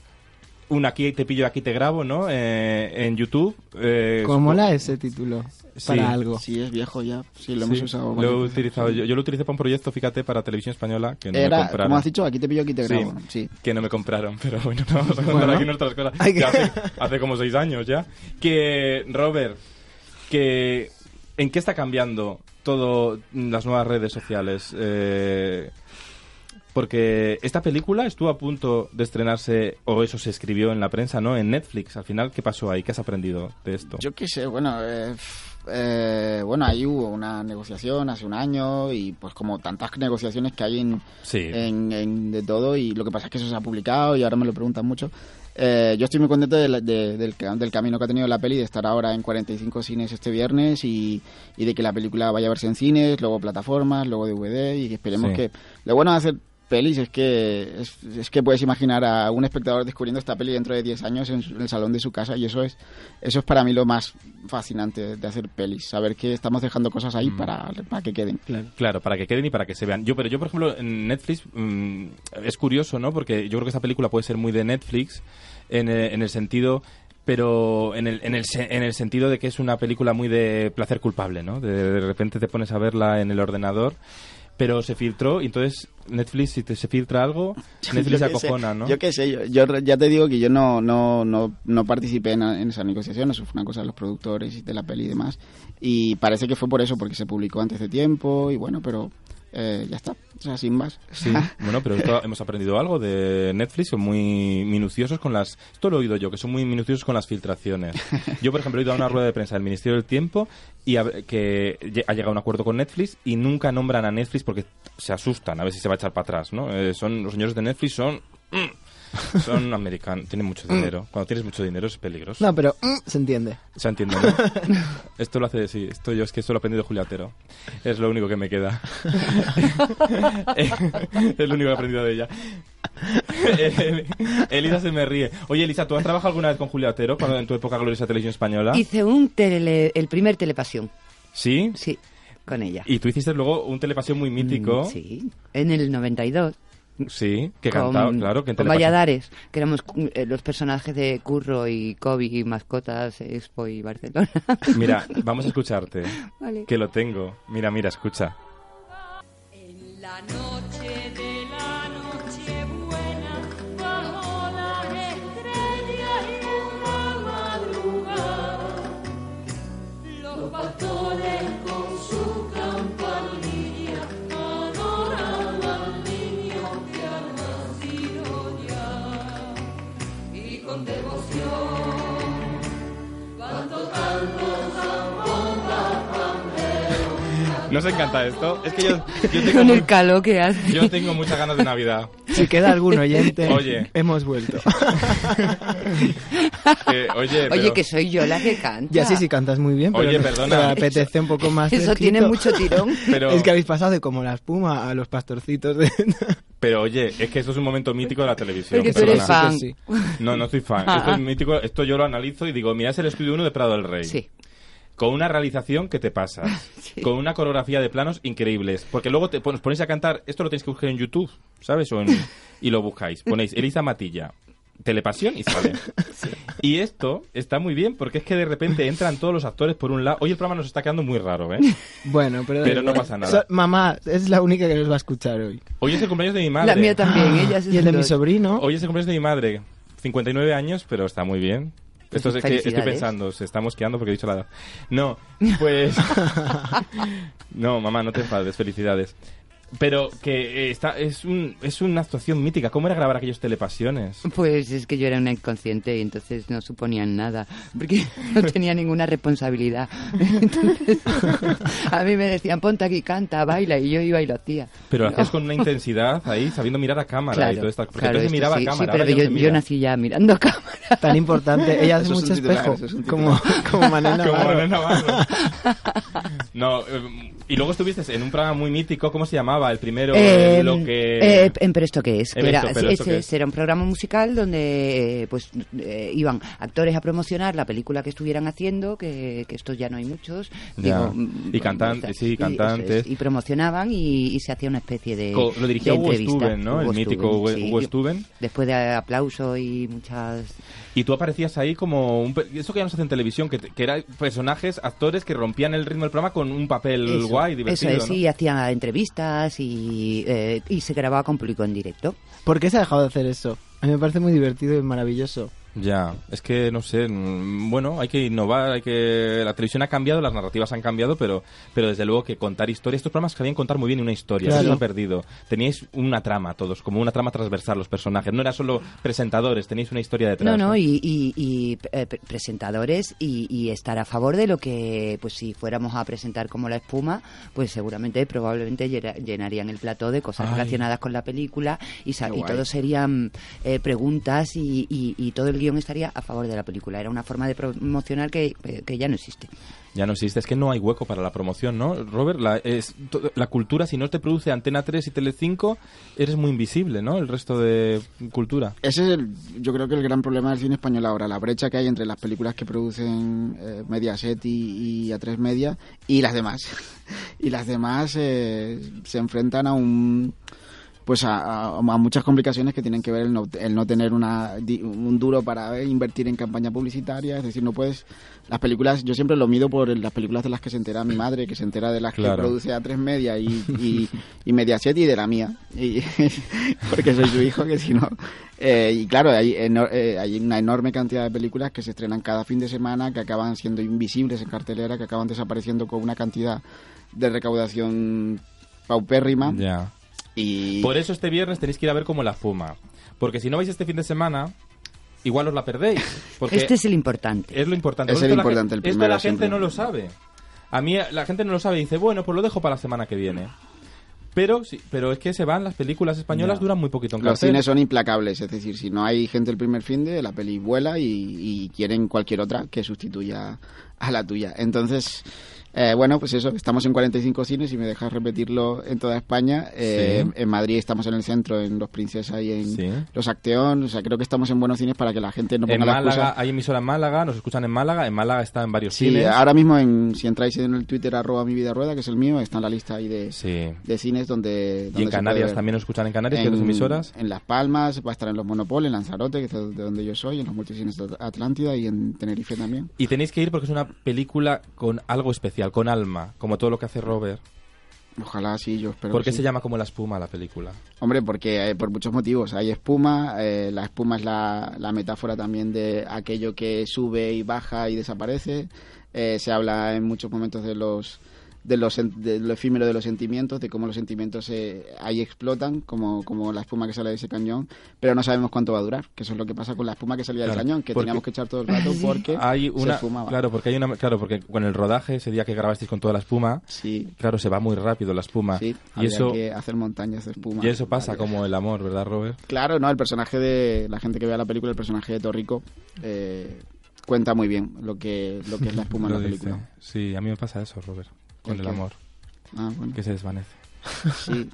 Speaker 2: Un aquí te pillo, aquí te grabo, ¿no? Eh, en YouTube. eh,
Speaker 3: Como la ese título.
Speaker 2: Sí,
Speaker 3: Para algo.
Speaker 4: Sí, es viejo ya. Sí, lo hemos
Speaker 2: Sí,
Speaker 4: usado.
Speaker 2: lo he
Speaker 4: varias veces.
Speaker 2: utilizado yo. Yo lo utilicé para un proyecto, fíjate, para televisión española que no me
Speaker 4: Era,
Speaker 2: compraron.
Speaker 4: como has dicho, aquí te pillo, aquí te
Speaker 2: Sí.
Speaker 4: grabo. Sí.
Speaker 2: Que no me compraron, pero bueno, no vamos a contar
Speaker 3: Bueno.
Speaker 2: aquí nuestras cosas.
Speaker 3: Hay que-
Speaker 2: Que hace, hace como seis años ya. Que, Robert, que ¿en qué está cambiando todo mm, las nuevas redes sociales? Eh, porque esta película estuvo a punto de estrenarse, o eso se escribió en la prensa, ¿no? En Netflix. Al final, ¿qué pasó ahí? ¿Qué has aprendido de esto?
Speaker 4: Yo qué sé, bueno, eh, f- eh, bueno, ahí hubo una negociación hace un año y pues como tantas negociaciones que hay en,
Speaker 2: sí.
Speaker 4: en, en de todo y lo que pasa es que eso se ha publicado y ahora me lo preguntan mucho. Eh, yo estoy muy contento de la- de- del, ca- del camino que ha tenido la peli, de estar ahora en 45 cines este viernes y, y de que la película vaya a verse en cines, luego plataformas, luego DVD y que esperemos
Speaker 2: Sí.
Speaker 4: que... Lo bueno de hacer pelis es que es, es que puedes imaginar a un espectador descubriendo esta peli dentro de 10 años en, su- en el salón de su casa y eso es eso es para mí lo más fascinante de hacer pelis, saber que estamos dejando cosas ahí
Speaker 2: Mm.
Speaker 4: para, para que queden.
Speaker 2: Claro, para que queden y para que se vean. Yo, pero yo, por ejemplo, en Netflix mm, es curioso, ¿no? Porque yo creo que esta película puede ser muy de Netflix en, eh, en el sentido pero en el, en, el, se- en el sentido de que es una película muy de placer culpable, ¿no? De, de repente te pones a verla en el ordenador, pero se filtró y entonces Netflix, si te, se filtra algo, Netflix se
Speaker 4: Yo qué sé,
Speaker 2: acojona, ¿no?
Speaker 4: Yo qué sé, yo, yo re- ya te digo que yo no, no, no, no participé en, en esa negociación, eso fue una cosa de los productores y de la peli y demás. Y parece que fue por eso, porque se publicó antes de tiempo y bueno, pero eh, ya está, o sea, sin más.
Speaker 2: Sí, bueno, pero esto- hemos aprendido algo de Netflix, son muy minuciosos con las... Esto lo he oído yo, que son muy minuciosos con las filtraciones. Yo, por ejemplo, he ido a una rueda de prensa del Ministerio del Tiempo y a- que lle- ha llegado a un acuerdo con Netflix y nunca nombran a Netflix porque se asustan a ver si se va a echar para atrás, ¿no? Eh, son, los señores de Netflix son... mm, Son americanos, tienen mucho dinero. Cuando tienes mucho dinero es peligroso.
Speaker 3: No, pero mm, se entiende.
Speaker 2: Se entiende, ¿no? Esto lo hace, sí, esto yo es que esto lo he aprendido de Julio Atero. Es lo único que me queda. es lo único que he aprendido de ella. Eh, Elisa se me ríe. Oye, Elisa, ¿tú has trabajado alguna vez con Julio Atero cuando en tu época gloriosa televisión española?
Speaker 5: Hice un tele, el primer telepasión,
Speaker 2: ¿Sí?
Speaker 5: sí, con ella.
Speaker 2: Y tú hiciste luego un telepaseo muy mítico.
Speaker 5: Mm, Sí, en el 92.
Speaker 2: Sí, que
Speaker 5: con-
Speaker 2: cantaba, claro. Que en
Speaker 5: con
Speaker 2: telepaseo-
Speaker 5: Valladares, que éramos cu- eh, los personajes de Curro y Kobe y Mascotas, Expo y Barcelona.
Speaker 2: Mira, vamos a escucharte.
Speaker 5: Vale.
Speaker 2: Que lo tengo. Mira, mira, escucha.
Speaker 9: En la noche de la noche buena, bajo las estrellas y en la madrugada, los pastores con su campanilla adoraban al niño que ha nacido ya. Y con devoción, cuando tantos
Speaker 2: ¿Nos encanta esto? Es que yo, yo tengo,
Speaker 5: con
Speaker 2: muy-
Speaker 5: el calor que hace.
Speaker 2: yo tengo muchas ganas de Navidad.
Speaker 3: Si queda algún oyente,
Speaker 2: Oye.
Speaker 3: hemos vuelto.
Speaker 2: Eh, oye,
Speaker 5: Oye,
Speaker 2: pero-
Speaker 5: que soy yo la que canta.
Speaker 3: Ya sí, sí cantas muy bien, pero
Speaker 2: Oye,
Speaker 3: no-
Speaker 2: perdona.
Speaker 3: pero apetece un poco más.
Speaker 5: Eso tiene
Speaker 3: fresquito.
Speaker 5: mucho tirón.
Speaker 2: Pero-
Speaker 3: Es que habéis pasado de como la espuma a los pastorcitos de...
Speaker 2: Pero oye, es que esto es un momento mítico de la televisión.
Speaker 5: Porque tú eres
Speaker 2: perdona.
Speaker 5: fan.
Speaker 3: Sí,
Speaker 2: No, no soy fan. Esto es mítico. Esto yo lo analizo y digo, mira, es el estudio 1 de Prado del Rey.
Speaker 5: Sí.
Speaker 2: Con una realización que te pasas.
Speaker 5: Sí.
Speaker 2: Con una coreografía de planos increíbles. Porque luego te pon- os ponéis a cantar. Esto lo tenéis que buscar en YouTube, ¿sabes? O en- y lo buscáis. Ponéis Elisa Matilla. Telepasión y sale. Y esto está muy bien porque es que de repente entran todos los actores por un lado. Hoy el programa nos está quedando muy raro, ¿eh?
Speaker 3: Bueno, pero... da
Speaker 2: Pero no
Speaker 3: igual.
Speaker 2: pasa nada.
Speaker 3: mamá, es la única que nos va a escuchar hoy.
Speaker 2: Hoy es el cumpleaños de mi madre.
Speaker 5: La mía también,
Speaker 2: Ah.
Speaker 5: ella
Speaker 3: Y el de mi sobrino.
Speaker 2: Hoy es el cumpleaños de mi madre. 59 años, pero está muy bien.
Speaker 5: Pues
Speaker 2: Esto es que estoy
Speaker 5: felicidades.
Speaker 2: pensando, se está mosqueando porque he dicho la edad. No, pues. no, mamá, no te enfades, felicidades. Pero que eh, está, es, un, es una actuación mítica. ¿Cómo era grabar aquellos telepasiones?
Speaker 5: Pues es que yo era una inconsciente y entonces no suponían nada, porque no tenía ninguna responsabilidad. Entonces, a mí me decían, ponte aquí, canta, baila, y yo iba y lo hacía.
Speaker 2: Pero lo hacías con una intensidad ahí, sabiendo mirar a cámara y todo esto. Porque
Speaker 5: claro,
Speaker 2: entonces
Speaker 5: esto
Speaker 2: miraba
Speaker 5: sí,
Speaker 2: a cámara.
Speaker 5: sí,
Speaker 2: ahora
Speaker 5: pero
Speaker 2: ya no se
Speaker 5: yo, yo
Speaker 2: mira.
Speaker 5: nací ya mirando a cámara.
Speaker 3: Tan importante. Ella hace
Speaker 4: Eso es
Speaker 3: mucho
Speaker 4: un titular,
Speaker 3: espejo.
Speaker 4: eso es un
Speaker 3: como, como Manuel
Speaker 2: Como
Speaker 3: Navarro.
Speaker 2: Manuel Navarro. No, eh, y luego estuviste en un programa muy mítico, ¿cómo se llamaba? El primero, eh,
Speaker 5: Eh,
Speaker 2: lo que...
Speaker 5: eh, en Pero esto qué es,
Speaker 2: En
Speaker 5: que era,
Speaker 2: Esto, pero
Speaker 5: sí,
Speaker 2: esto
Speaker 5: ese-
Speaker 2: qué es.
Speaker 5: ese era un programa musical donde eh, pues eh, iban actores a promocionar la película que estuvieran haciendo, que, que estos ya no hay muchos.
Speaker 2: Ya.
Speaker 5: mm,
Speaker 2: Y cantantes, sí,
Speaker 5: y- eso es,
Speaker 2: cantantes.
Speaker 5: Y, promocionaban y, y se hacía una especie de.
Speaker 2: Co- lo dirigía
Speaker 5: de
Speaker 2: Hugo
Speaker 5: entrevista.
Speaker 2: Stuben, ¿no? El mítico Hugo-
Speaker 5: sí.
Speaker 2: Hugo
Speaker 5: Yo-
Speaker 2: Stuben.
Speaker 5: Después de aplausos y muchas.
Speaker 2: Y tú aparecías ahí como... Un, pe- eso que ya no se hace en televisión, que, te- que eran personajes, actores que rompían el ritmo del programa con un papel
Speaker 5: eso,
Speaker 2: guay, divertido,
Speaker 5: Eso es,
Speaker 2: ¿no?
Speaker 5: sí, hacía entrevistas y, eh, y se grababa con público en directo.
Speaker 3: ¿Por qué se ha dejado de hacer eso? A mí me parece muy divertido y maravilloso.
Speaker 2: Ya, es que no sé, mm, bueno, hay que innovar, hay que la televisión ha cambiado, las narrativas han cambiado, pero pero desde luego que contar historias, estos programas sabían contar muy bien una historia,
Speaker 3: Claro.
Speaker 2: eso se ha perdido. Teníais una trama todos, como una trama transversal los personajes, no era solo presentadores, teníais una historia detrás.
Speaker 5: No, no, y, y- y, eh, pre- presentadores y, y estar a favor de lo que, pues si fuéramos a presentar como la espuma, pues seguramente, probablemente llena- llenarían el plató de cosas
Speaker 2: Ay.
Speaker 5: relacionadas con la película y, sa-
Speaker 4: Qué
Speaker 5: y
Speaker 4: guay.
Speaker 5: todo serían eh, preguntas y, y- y todo el guión estaría a favor de la película. Era una forma de promocionar que, eh, que ya no existe.
Speaker 2: Ya no existe, es que no hay hueco para la promoción, ¿no? Robert, la, es to- la cultura si no te produce Antena 3 y Telecinco, eres muy invisible, ¿no? El resto de cultura.
Speaker 4: Ese es, el, yo creo que el gran problema del cine español ahora, la brecha que hay entre las películas que producen eh, Mediaset y, y A3 Media y las demás. y las demás eh, se enfrentan a un pues a, a- a muchas complicaciones que tienen que ver el no, el no tener una, di- un duro para eh, invertir en campaña publicitaria, es decir, no puedes las películas, yo siempre lo mido por las películas de las que se entera mi madre, que se entera de las
Speaker 2: Claro.
Speaker 4: que produce A3 Media y, y, y Mediaset y de la mía, y, porque soy su hijo, que si no... eh, y claro, hay, eno- eh, hay una enorme cantidad de películas que se estrenan cada fin de semana, que acaban siendo invisibles en cartelera, que acaban desapareciendo con una cantidad de recaudación paupérrima.
Speaker 2: Ya.
Speaker 4: Ah. Y
Speaker 2: Por eso este viernes tenéis que ir a ver como la fuma. Porque si no vais este fin de semana, igual os la perdéis. Porque
Speaker 5: este es el importante.
Speaker 2: es lo importante.
Speaker 4: Es
Speaker 2: Porque
Speaker 4: el
Speaker 2: esto la
Speaker 4: importante,
Speaker 2: gen-
Speaker 4: el
Speaker 2: Esto
Speaker 4: primero
Speaker 2: la gente
Speaker 4: siempre.
Speaker 2: no lo sabe. A mí la gente no lo sabe y dice, bueno, pues lo dejo para la semana que viene. Pero, sí, pero es que se van, las películas españolas duran muy poquito en
Speaker 4: Los
Speaker 2: cartel.
Speaker 4: cines son implacables, es decir, si no hay gente el primer fin de la peli vuela y, y quieren cualquier otra que sustituya a la tuya. Entonces, eh, bueno, pues eso, estamos en 45 cines y me dejas repetirlo en toda España. Eh,
Speaker 2: Sí.
Speaker 4: En Madrid estamos en el centro, en Los Princesas y en
Speaker 2: Sí.
Speaker 4: Los Acteón, o sea, creo que estamos en buenos cines para que la gente no
Speaker 2: en
Speaker 4: ponga la
Speaker 2: Málaga,
Speaker 4: excusa.
Speaker 2: hay emisoras en Málaga, nos escuchan en Málaga, en Málaga está en varios
Speaker 4: Sí, ah,
Speaker 2: cines.
Speaker 4: ahora mismo en, si entráis en el Twitter arroba mi vida rueda, que es el mío, está en la lista ahí de,
Speaker 2: Sí.
Speaker 4: de cines
Speaker 2: Y
Speaker 4: donde... donde se
Speaker 2: en
Speaker 4: puede
Speaker 2: Canarias
Speaker 4: ver.
Speaker 2: también nos escuchan en Canarias, que hay otras emisoras.
Speaker 4: En Las Palmas, va a estar en los Monopoles, en Lanzarote, que es de donde yo soy, en los multicines de Atlántida y en Tenerife también.
Speaker 2: Y tenéis que ir porque es una película con algo especial, con alma, como todo lo que hace Robert.
Speaker 4: Ojalá sí, yo espero.
Speaker 2: ¿Por qué
Speaker 4: que sí.
Speaker 2: se llama como la espuma la película?
Speaker 4: Hombre, porque eh, por muchos motivos. Hay espuma, eh, la espuma es la, la metáfora también de aquello que sube y baja y desaparece. Eh, se habla en muchos momentos de los de los sen- de lo efímero de los sentimientos, de cómo los sentimientos se, ahí explotan, como, como la espuma que sale de ese cañón, pero no sabemos cuánto va a durar, que eso es lo que pasa con la espuma que salía
Speaker 2: Claro,
Speaker 4: del cañón, que
Speaker 2: porque-
Speaker 4: teníamos que echar todo el rato porque
Speaker 2: hay
Speaker 4: se
Speaker 2: una
Speaker 4: esfumaba.
Speaker 2: claro porque hay una claro porque con el rodaje ese día que grabasteis con toda la espuma
Speaker 4: Sí,
Speaker 2: claro se va muy rápido la espuma
Speaker 4: sí,
Speaker 2: Ah, y
Speaker 4: había
Speaker 2: eso
Speaker 4: que hacer montañas de espuma.
Speaker 2: y eso pasa
Speaker 4: Había-
Speaker 2: como el amor verdad Robert
Speaker 4: Claro, no, el personaje de la gente que vea la película, el personaje de Torrico eh, cuenta muy bien lo que lo que es la espuma en
Speaker 2: Lo
Speaker 4: la
Speaker 2: dice.
Speaker 4: película.
Speaker 2: sí a mí me pasa eso Robert con
Speaker 4: ¿El
Speaker 2: el
Speaker 4: qué?
Speaker 2: amor
Speaker 4: Ah, bueno,
Speaker 2: que se desvanece
Speaker 4: sí.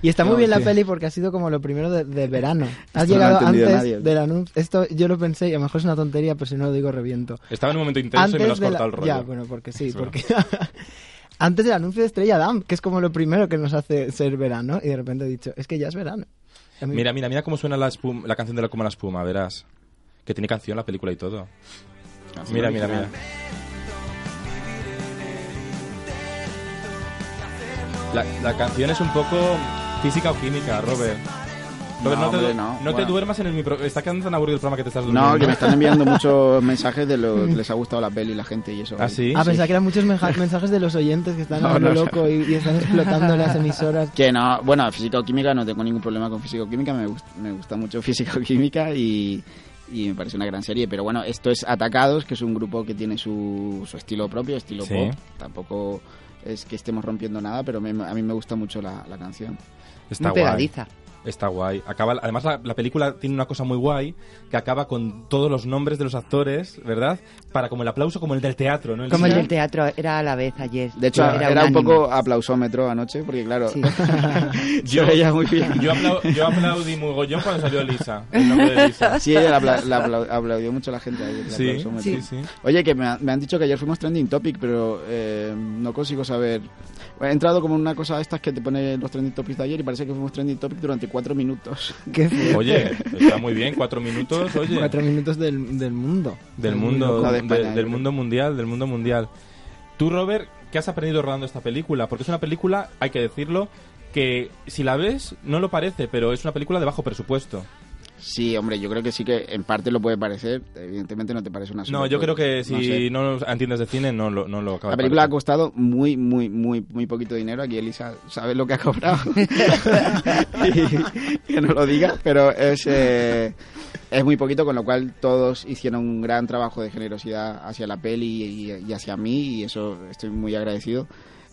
Speaker 3: Y está muy
Speaker 4: No,
Speaker 3: bien la
Speaker 4: sí.
Speaker 3: peli porque ha sido como lo primero de, de verano. Has
Speaker 4: Esto no lo ha
Speaker 3: llegado
Speaker 4: entendido
Speaker 3: antes
Speaker 4: nadie.
Speaker 3: del anuncio. Esto yo lo pensé y a lo mejor es una tontería, pero si no lo digo reviento.
Speaker 2: estaba en un momento intenso
Speaker 3: Antes
Speaker 2: y me lo has
Speaker 3: de
Speaker 2: cortado
Speaker 3: la-
Speaker 2: el rollo
Speaker 3: Ya, bueno, porque sí,
Speaker 2: Es broma.
Speaker 3: porque... Antes del anuncio de Estrella Damm, que es como lo primero que nos hace ser verano, y de repente he dicho, es que ya es verano. A mí-
Speaker 2: mira mira mira cómo suena la, espum- la canción de la como la espuma verás que tiene canción la película y todo mira mira mira la, la canción es un poco física o química Robert Robert,
Speaker 4: No,
Speaker 2: no, te,
Speaker 4: hombre,
Speaker 2: du-
Speaker 4: no.
Speaker 2: no te
Speaker 4: Bueno.
Speaker 2: duermas en el micro. Está quedando tan aburrido el programa que te estás durmiendo.
Speaker 4: No, que me están enviando muchos mensajes de lo que les ha gustado la peli, la gente y eso.
Speaker 2: ¿Ah, sí?
Speaker 3: Ah, pensaba que eran muchos meja- mensajes de los oyentes que están
Speaker 4: No,
Speaker 3: a lo
Speaker 4: no, no.
Speaker 3: loco y, y están explotando las emisoras.
Speaker 4: Que no, bueno, físico-química no tengo ningún problema con físico-química, me, gust- me gusta mucho físico-química y, y me parece una gran serie. Pero bueno, esto es Atacados, que es un grupo que tiene su, su estilo propio, estilo
Speaker 2: Sí.
Speaker 4: pop. Tampoco es que estemos rompiendo nada, pero me- a mí me gusta mucho la, la canción.
Speaker 2: Está
Speaker 5: Muy
Speaker 2: guay.
Speaker 5: pegadiza.
Speaker 2: Está guay. Acaba, además, la, la película tiene una cosa muy guay, que acaba con todos los nombres de los actores, ¿verdad? Para como el aplauso, como el del teatro, ¿no?
Speaker 5: Como el
Speaker 2: cine.
Speaker 5: del teatro era a la vez ayer.
Speaker 4: De hecho, era, un
Speaker 5: unánime.
Speaker 4: poco aplausómetro anoche, porque claro,
Speaker 5: Sí.
Speaker 4: yo veía muy bien.
Speaker 2: Yo, aplau- yo aplaudí mogollón cuando salió Lisa, el nombre de Lisa.
Speaker 4: Sí, ella la, apla- la apla- aplaudió mucho la gente ayer. el
Speaker 2: Sí,
Speaker 4: aplausómetro.
Speaker 2: sí, sí.
Speaker 4: Oye, que me, ha- me han dicho que ayer fuimos trending topic, pero eh, no consigo saber. He entrado como en una cosa de estas que te pone los trending topics de ayer y parece que fuimos trending topic durante cuatro minutos.
Speaker 3: Qué feo.
Speaker 2: Oye, está muy bien, cuatro minutos, oye.
Speaker 3: Cuatro minutos del, del mundo.
Speaker 2: Del mundo,
Speaker 4: No, de
Speaker 2: de-
Speaker 4: España, yo
Speaker 2: del
Speaker 4: creo.
Speaker 2: mundo mundial, del mundo mundial. Tú, Robert, ¿qué has aprendido rodando esta película? Porque es una película, hay que decirlo, que si la ves no lo parece, pero es una película de bajo presupuesto.
Speaker 4: Sí, hombre, yo creo que sí que en parte lo puede parecer. Evidentemente no te parece una
Speaker 2: No,
Speaker 4: super-
Speaker 2: yo creo que
Speaker 4: no
Speaker 2: si
Speaker 4: sé.
Speaker 2: no, entiendes de cine no lo, no lo acaba de
Speaker 4: La película ha
Speaker 2: parecer.
Speaker 4: costado muy, muy, muy, muy poquito dinero. Aquí Elisa sabe lo que ha cobrado. y, que no lo diga, pero es, eh, es muy poquito, con lo cual todos hicieron un gran trabajo de generosidad hacia la peli y, y hacia mí, y eso estoy muy agradecido.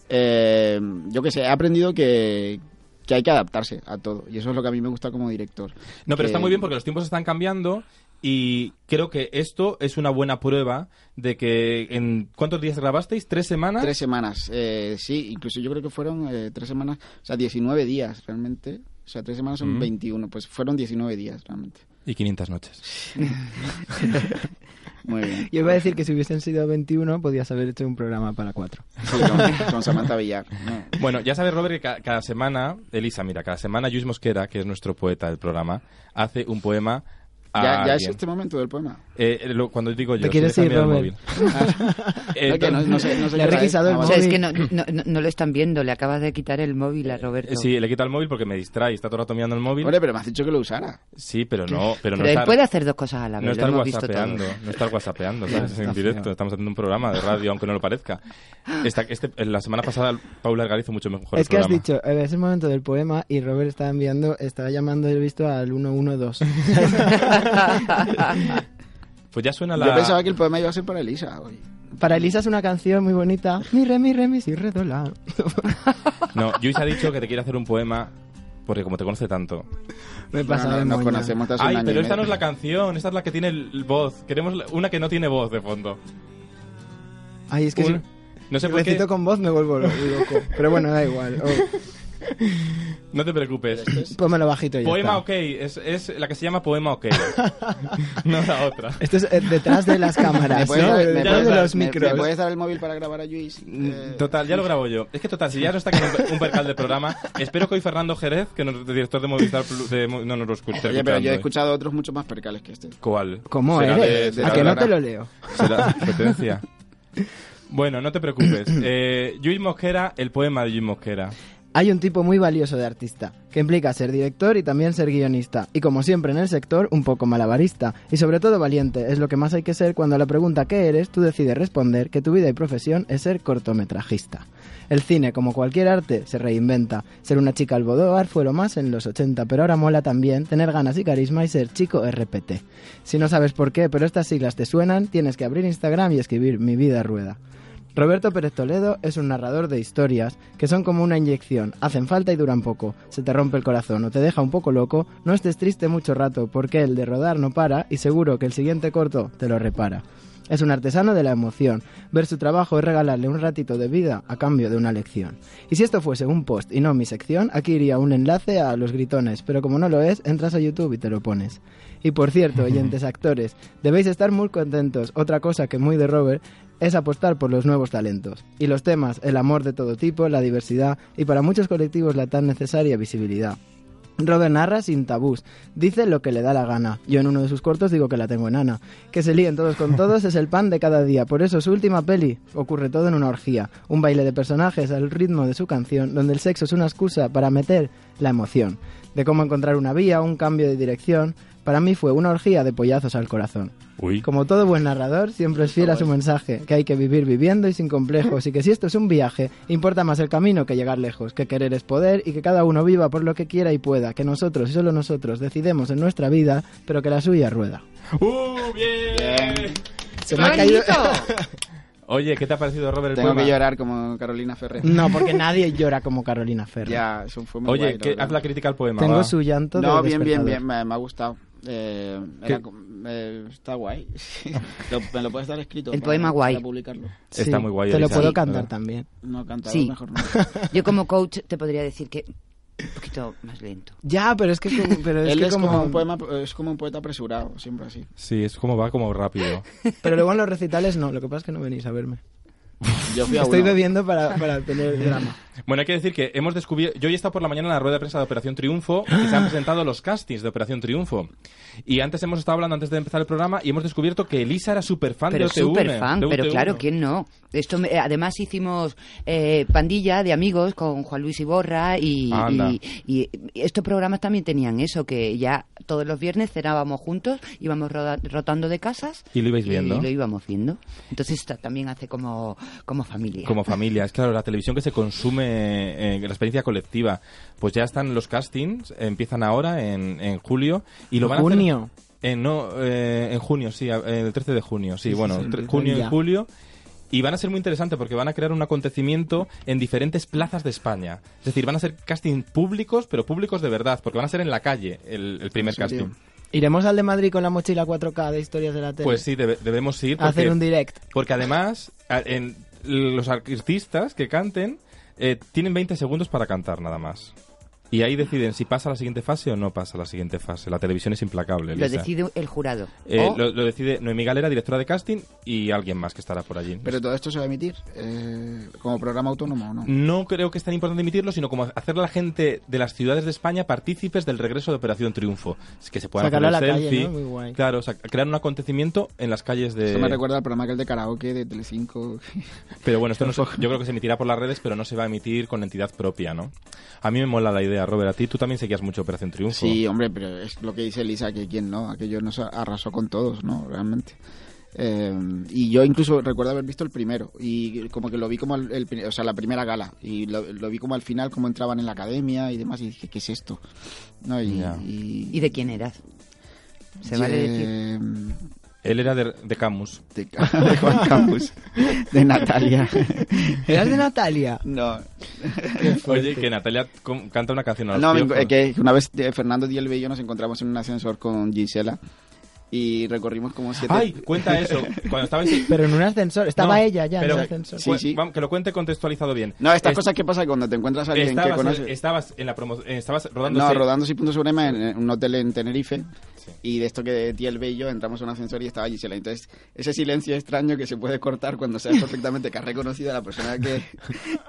Speaker 4: Eh, yo que sé, he aprendido que, que hay que adaptarse a todo, y eso es lo que a mí me gusta como director.
Speaker 2: No, pero
Speaker 4: Que-
Speaker 2: está muy bien porque los tiempos están cambiando y creo que esto es una buena prueba de que en cuántos días grabasteis, tres semanas.
Speaker 4: Tres semanas, eh, sí, incluso yo creo que fueron eh, tres semanas, o sea, 19 días realmente. O sea, tres semanas son
Speaker 2: Mm.
Speaker 4: 21, pues fueron 19 días realmente.
Speaker 2: y 500 noches.
Speaker 4: Muy bien.
Speaker 3: Yo iba a decir que si hubiesen sido 21, podías haber hecho un programa para cuatro.
Speaker 4: Sí, con, con Samantha Villar. ¿no?
Speaker 2: Bueno, ya sabes, Robert, que ca- cada, semana, Elisa, mira, cada semana Luis Mosquera, que es nuestro poeta del programa, hace un poema a
Speaker 4: Ya, ya es
Speaker 2: alguien.
Speaker 4: este momento del poema.
Speaker 2: Eh, lo- cuando digo yo,
Speaker 3: ¿Te quieres
Speaker 2: si deja
Speaker 3: ir,
Speaker 2: mirar el
Speaker 3: Robert?
Speaker 2: móvil. Eh,
Speaker 4: No, que no- no sé- no sé
Speaker 3: Le
Speaker 4: qué
Speaker 3: ha requisado
Speaker 4: traes.
Speaker 3: el
Speaker 4: Ah, vale.
Speaker 5: O sea, es
Speaker 3: móvil.
Speaker 5: que no, no, no- no lo están viendo, le acabas de quitar el móvil a Roberto.
Speaker 2: eh, Sí, le quita el móvil porque me distrae, está todo el rato mirando el móvil.
Speaker 4: Hombre, pero me has dicho que lo usara.
Speaker 2: Sí, pero no, pero no
Speaker 5: Pero él
Speaker 2: estar,
Speaker 5: puede hacer dos cosas a la vez,
Speaker 2: no
Speaker 5: lo
Speaker 2: estar
Speaker 5: hemos visto
Speaker 2: whatsappeando,
Speaker 5: todos.
Speaker 2: no estar whatsappeando, ¿sabes?
Speaker 3: está
Speaker 2: en
Speaker 3: feo.
Speaker 2: directo, estamos haciendo un programa de radio, aunque no lo parezca. Esta, este, la semana pasada Paula Argar hizo mucho mejor el
Speaker 3: es que has
Speaker 2: programa.
Speaker 3: dicho, eh, es el momento del poema y Robert estaba enviando, estaba llamando, he visto al 112.
Speaker 2: Pues ya suena la...
Speaker 4: Yo pensaba que el poema iba a ser para Elisa hoy.
Speaker 3: Para Elisa es una canción muy bonita. Mi re, mi re, mi si, re, do, la.
Speaker 2: No, Luis ha dicho que te quiere hacer un poema porque como te conoce tanto.
Speaker 3: Me
Speaker 4: Bueno,
Speaker 3: pasaba de
Speaker 4: no- nos
Speaker 3: moña.
Speaker 4: conocemos desde hace un
Speaker 2: Ay,
Speaker 4: año
Speaker 2: pero
Speaker 4: y
Speaker 2: esta no es
Speaker 4: medio.
Speaker 2: la canción, esta es la que tiene el voz. Queremos la- una que no tiene voz de fondo.
Speaker 3: Ay, es que
Speaker 2: Un- No
Speaker 3: si
Speaker 2: sé por qué.
Speaker 3: recito con voz me vuelvo lo- loco. Pero bueno, da igual. Oh,
Speaker 2: No te preocupes.
Speaker 3: pónmelo bajito y ya
Speaker 2: Poema
Speaker 3: está.
Speaker 2: OK, es, es la que se llama Poema OK. no la otra.
Speaker 3: Esto es eh, detrás de las cámaras,
Speaker 4: ¿Me puedes,
Speaker 3: ¿no?
Speaker 4: dar, me
Speaker 3: Detrás
Speaker 4: puedes
Speaker 3: de
Speaker 4: dar-
Speaker 3: los
Speaker 4: me-
Speaker 3: micros.
Speaker 4: me puedes dar el móvil para grabar a Luis? Eh,
Speaker 2: Mm, Total, ya lo grabo yo. Es que total, si ya no está con un- un percal del programa, espero que hoy Fernando Jerez, que es director de Movistar Plus, de Mo- no nos lo escuche.
Speaker 4: Oye, pero yo
Speaker 2: escuchando, ¿eh?
Speaker 4: he escuchado otros mucho más percales que este.
Speaker 2: ¿Cuál?
Speaker 3: ¿Cómo
Speaker 2: Será de-
Speaker 3: eres?
Speaker 2: será
Speaker 3: ¿A
Speaker 4: de
Speaker 3: que no
Speaker 4: verdad.
Speaker 3: te lo leo?
Speaker 2: Será competencia. Bueno, no te preocupes. Eh, Lluís Mosquera, el poema de Lluís Mosquera.
Speaker 3: Hay un tipo muy valioso de artista, que implica ser director y también ser guionista, y como siempre en el sector, un poco malabarista, y sobre todo valiente, es lo que más hay que ser cuando a la pregunta ¿qué eres? tú decides responder que tu vida y profesión es ser cortometrajista. El cine, como cualquier arte, se reinventa. Ser una chica almodóvar fue lo más en los 80, pero ahora mola también tener ganas y carisma y ser chico RPT. Si no sabes por qué, pero estas siglas te suenan, tienes que abrir Instagram y escribir Mi vida rueda. Roberto Pérez Toledo es un narrador de historias que son como una inyección, hacen falta y duran poco, se te rompe el corazón o te deja un poco loco, no estés triste mucho rato porque el de rodar no para y seguro que el siguiente corto te lo repara. Es un artesano de la emoción, ver su trabajo es regalarle un ratito de vida a cambio de una lección. Y si esto fuese un post y no mi sección, aquí iría un enlace a los gritones, pero como no lo es, entras a YouTube y te lo pones. Y por cierto, oyentes actores, debéis estar muy contentos. Otra cosa que muy de Robert es apostar por los nuevos talentos. Y los temas, el amor de todo tipo, la diversidad y para muchos colectivos la tan necesaria visibilidad. Robert narra sin tabús, dice lo que le da la gana. Yo en uno de sus cortos digo que la tengo enana. Que se líen todos con todos es el pan de cada día, por eso su última peli ocurre todo en una orgía, un baile de personajes al ritmo de su canción, donde el sexo es una excusa para meter la emoción, de cómo encontrar una vía, un cambio de dirección. Para mí fue una orgía de pollazos al corazón.
Speaker 2: Uy.
Speaker 3: Como todo buen narrador, siempre es fiel a su mensaje, que hay que vivir viviendo y sin complejos, y que si esto es un viaje, importa más el camino que llegar lejos, que querer es poder y que cada uno viva por lo que quiera y pueda, que nosotros y solo nosotros decidemos en nuestra vida, pero que la suya rueda.
Speaker 2: ¡Uh, bien!
Speaker 3: Se me ha caído...
Speaker 2: Oye, ¿qué te ha parecido, Robert? el
Speaker 4: Tengo que
Speaker 2: poema?
Speaker 4: llorar como Carolina Ferrer.
Speaker 3: No, porque nadie llora como Carolina Ferrer.
Speaker 4: Ya, eso fue muy guay,
Speaker 2: Oye,
Speaker 4: la
Speaker 2: ¿qué-
Speaker 4: verdad.
Speaker 2: haz la crítica al poema.
Speaker 3: Tengo
Speaker 2: va.
Speaker 3: su llanto de
Speaker 4: No, bien, bien,
Speaker 3: despertador.
Speaker 4: bien, me, me ha gustado. Eh, era
Speaker 2: ¿Qué?
Speaker 4: com- eh, está guay. Lo- me lo puedes dar escrito.
Speaker 5: El
Speaker 4: para-
Speaker 5: poema guay.
Speaker 4: Para publicarlo.
Speaker 2: Está muy guay,
Speaker 3: Te lo
Speaker 2: Elisa,
Speaker 3: puedo
Speaker 2: sí,
Speaker 3: cantar
Speaker 2: ¿verdad?
Speaker 3: también.
Speaker 4: No, cantador,
Speaker 5: Sí.
Speaker 4: mejor no.
Speaker 5: Yo como coach te podría decir que un poquito más lento.
Speaker 3: Ya, pero es que, como- pero es
Speaker 4: Él
Speaker 3: que
Speaker 4: es como... un poema, es como un poeta apresurado, siempre así.
Speaker 2: Sí, es como va como rápido.
Speaker 3: Pero luego en los recitales no, lo que pasa es que no venís a verme.
Speaker 4: Yo fui a
Speaker 3: Estoy
Speaker 4: uno.
Speaker 3: bebiendo para, para tener drama.
Speaker 2: Bueno, hay que decir que hemos descubierto. Yo hoy he estado por la mañana en la rueda de prensa de Operación Triunfo, que se han presentado los castings de Operación Triunfo. Y antes hemos estado hablando, antes de empezar el programa, y hemos descubierto que Elisa era súper fan de
Speaker 5: Pero
Speaker 2: UT1.
Speaker 5: súper fan,
Speaker 2: de
Speaker 5: pero
Speaker 2: UT1.
Speaker 5: claro, ¿quién no? Esto me- eh, además hicimos eh, pandilla de amigos con Juan Luis Iborra y,
Speaker 2: Anda.
Speaker 5: y, y estos programas también tenían eso, que ya todos los viernes cenábamos juntos, íbamos roda- rotando de casas
Speaker 2: Y lo ibais viendo.
Speaker 5: y lo íbamos viendo. Entonces ta- también hace como, como familia.
Speaker 2: Como familia, es claro, la televisión que se consume, eh, la experiencia colectiva. Pues ya están los castings, empiezan ahora en, en julio. y lo van a hacer-
Speaker 3: Junio.
Speaker 2: Eh, no, eh, en junio, sí, a- el 13 de junio, sí, bueno,
Speaker 3: sí,
Speaker 2: tre-
Speaker 3: empiezan
Speaker 2: junio y
Speaker 3: ya.
Speaker 2: julio. Y van a ser muy interesantes porque van a crear un acontecimiento en diferentes plazas de España. Es decir, van a ser casting públicos, pero públicos de verdad, porque van a ser en la calle el, el primer
Speaker 4: Sí, tío.
Speaker 2: casting.
Speaker 3: Iremos al de Madrid con la mochila 4K de historias de la tele.
Speaker 2: Pues sí, debe- debemos ir.
Speaker 3: A
Speaker 2: porque-
Speaker 3: hacer un direct.
Speaker 2: Porque además, a- en- los artistas que canten eh, tienen 20 segundos para cantar nada más. Y ahí deciden si pasa a la siguiente fase o no pasa a la siguiente fase. La televisión es implacable.
Speaker 5: lo
Speaker 2: Elisa.
Speaker 5: decide el jurado.
Speaker 2: Eh,
Speaker 3: Oh.
Speaker 5: O-
Speaker 2: lo, lo decide Noemí Galera, directora de casting, y alguien más que estará por allí.
Speaker 4: Pero todo esto se va a emitir eh, como programa autónomo, ¿o ¿no?
Speaker 2: no creo que es tan importante emitirlo, sino como hacer a la gente de las ciudades de España partícipes del regreso de Operación Triunfo. Es que se puedan
Speaker 3: Sacarlo
Speaker 2: hacer
Speaker 3: a la
Speaker 2: el
Speaker 3: calle,
Speaker 2: selfie.
Speaker 3: ¿no? Muy guay.
Speaker 2: Claro, o sea, crear un acontecimiento en las calles de.
Speaker 4: Eso me recuerda al programa aquel de karaoke de Telecinco.
Speaker 2: Pero bueno, esto no se- yo creo que se emitirá por las redes, pero no se va a emitir con la entidad propia, ¿no? A mí me mola la idea, Robert. A ti tú también seguías mucho Operación Triunfo.
Speaker 4: Sí, hombre, pero es lo que dice Elisa, que quien no, aquello nos arrasó con todos, ¿no? Realmente. Eh, y yo incluso recuerdo haber visto el primero y como que lo vi como el, el pri- o sea la primera gala y lo, lo vi como al final como entraban en la academia y demás y dije qué es esto no y,
Speaker 2: Ya.
Speaker 4: y-
Speaker 5: ¿Y de quién eras? ¿Se vale
Speaker 4: de-
Speaker 5: decir?
Speaker 2: Él era de, de Camus.
Speaker 4: de, de Juan Campos de Natalia
Speaker 3: ¿Eras de Natalia?
Speaker 4: no
Speaker 2: Oye, que Natalia com- canta una canción a los
Speaker 4: No, me
Speaker 2: piojos.
Speaker 4: encu- eh, que una vez eh, Fernando Dielbe y yo nos encontramos en un ascensor con Gisela y recorrimos como siete.
Speaker 2: Ay, cuenta eso. Cuando estaba en...
Speaker 3: Pero en un ascensor. Estaba
Speaker 2: No,
Speaker 3: ella ya
Speaker 2: pero-
Speaker 3: en el ascensor.
Speaker 4: Sí, sí.
Speaker 2: Vamos, que lo cuente contextualizado bien.
Speaker 4: No, estas
Speaker 2: Es-
Speaker 4: cosas que pasa cuando te encuentras a alguien que
Speaker 2: estabas,
Speaker 4: conoces.
Speaker 2: estabas en la promo- eh, estabas rodando.
Speaker 4: no,
Speaker 2: seis-
Speaker 4: rodando sin punto sobre en, en un hotel en Tenerife.
Speaker 2: Sí.
Speaker 4: Y de esto que Dielbe y yo entramos a un ascensor y estaba Gisela. Entonces, ese silencio extraño que se puede cortar cuando sabes perfectamente que has reconocido a la persona que,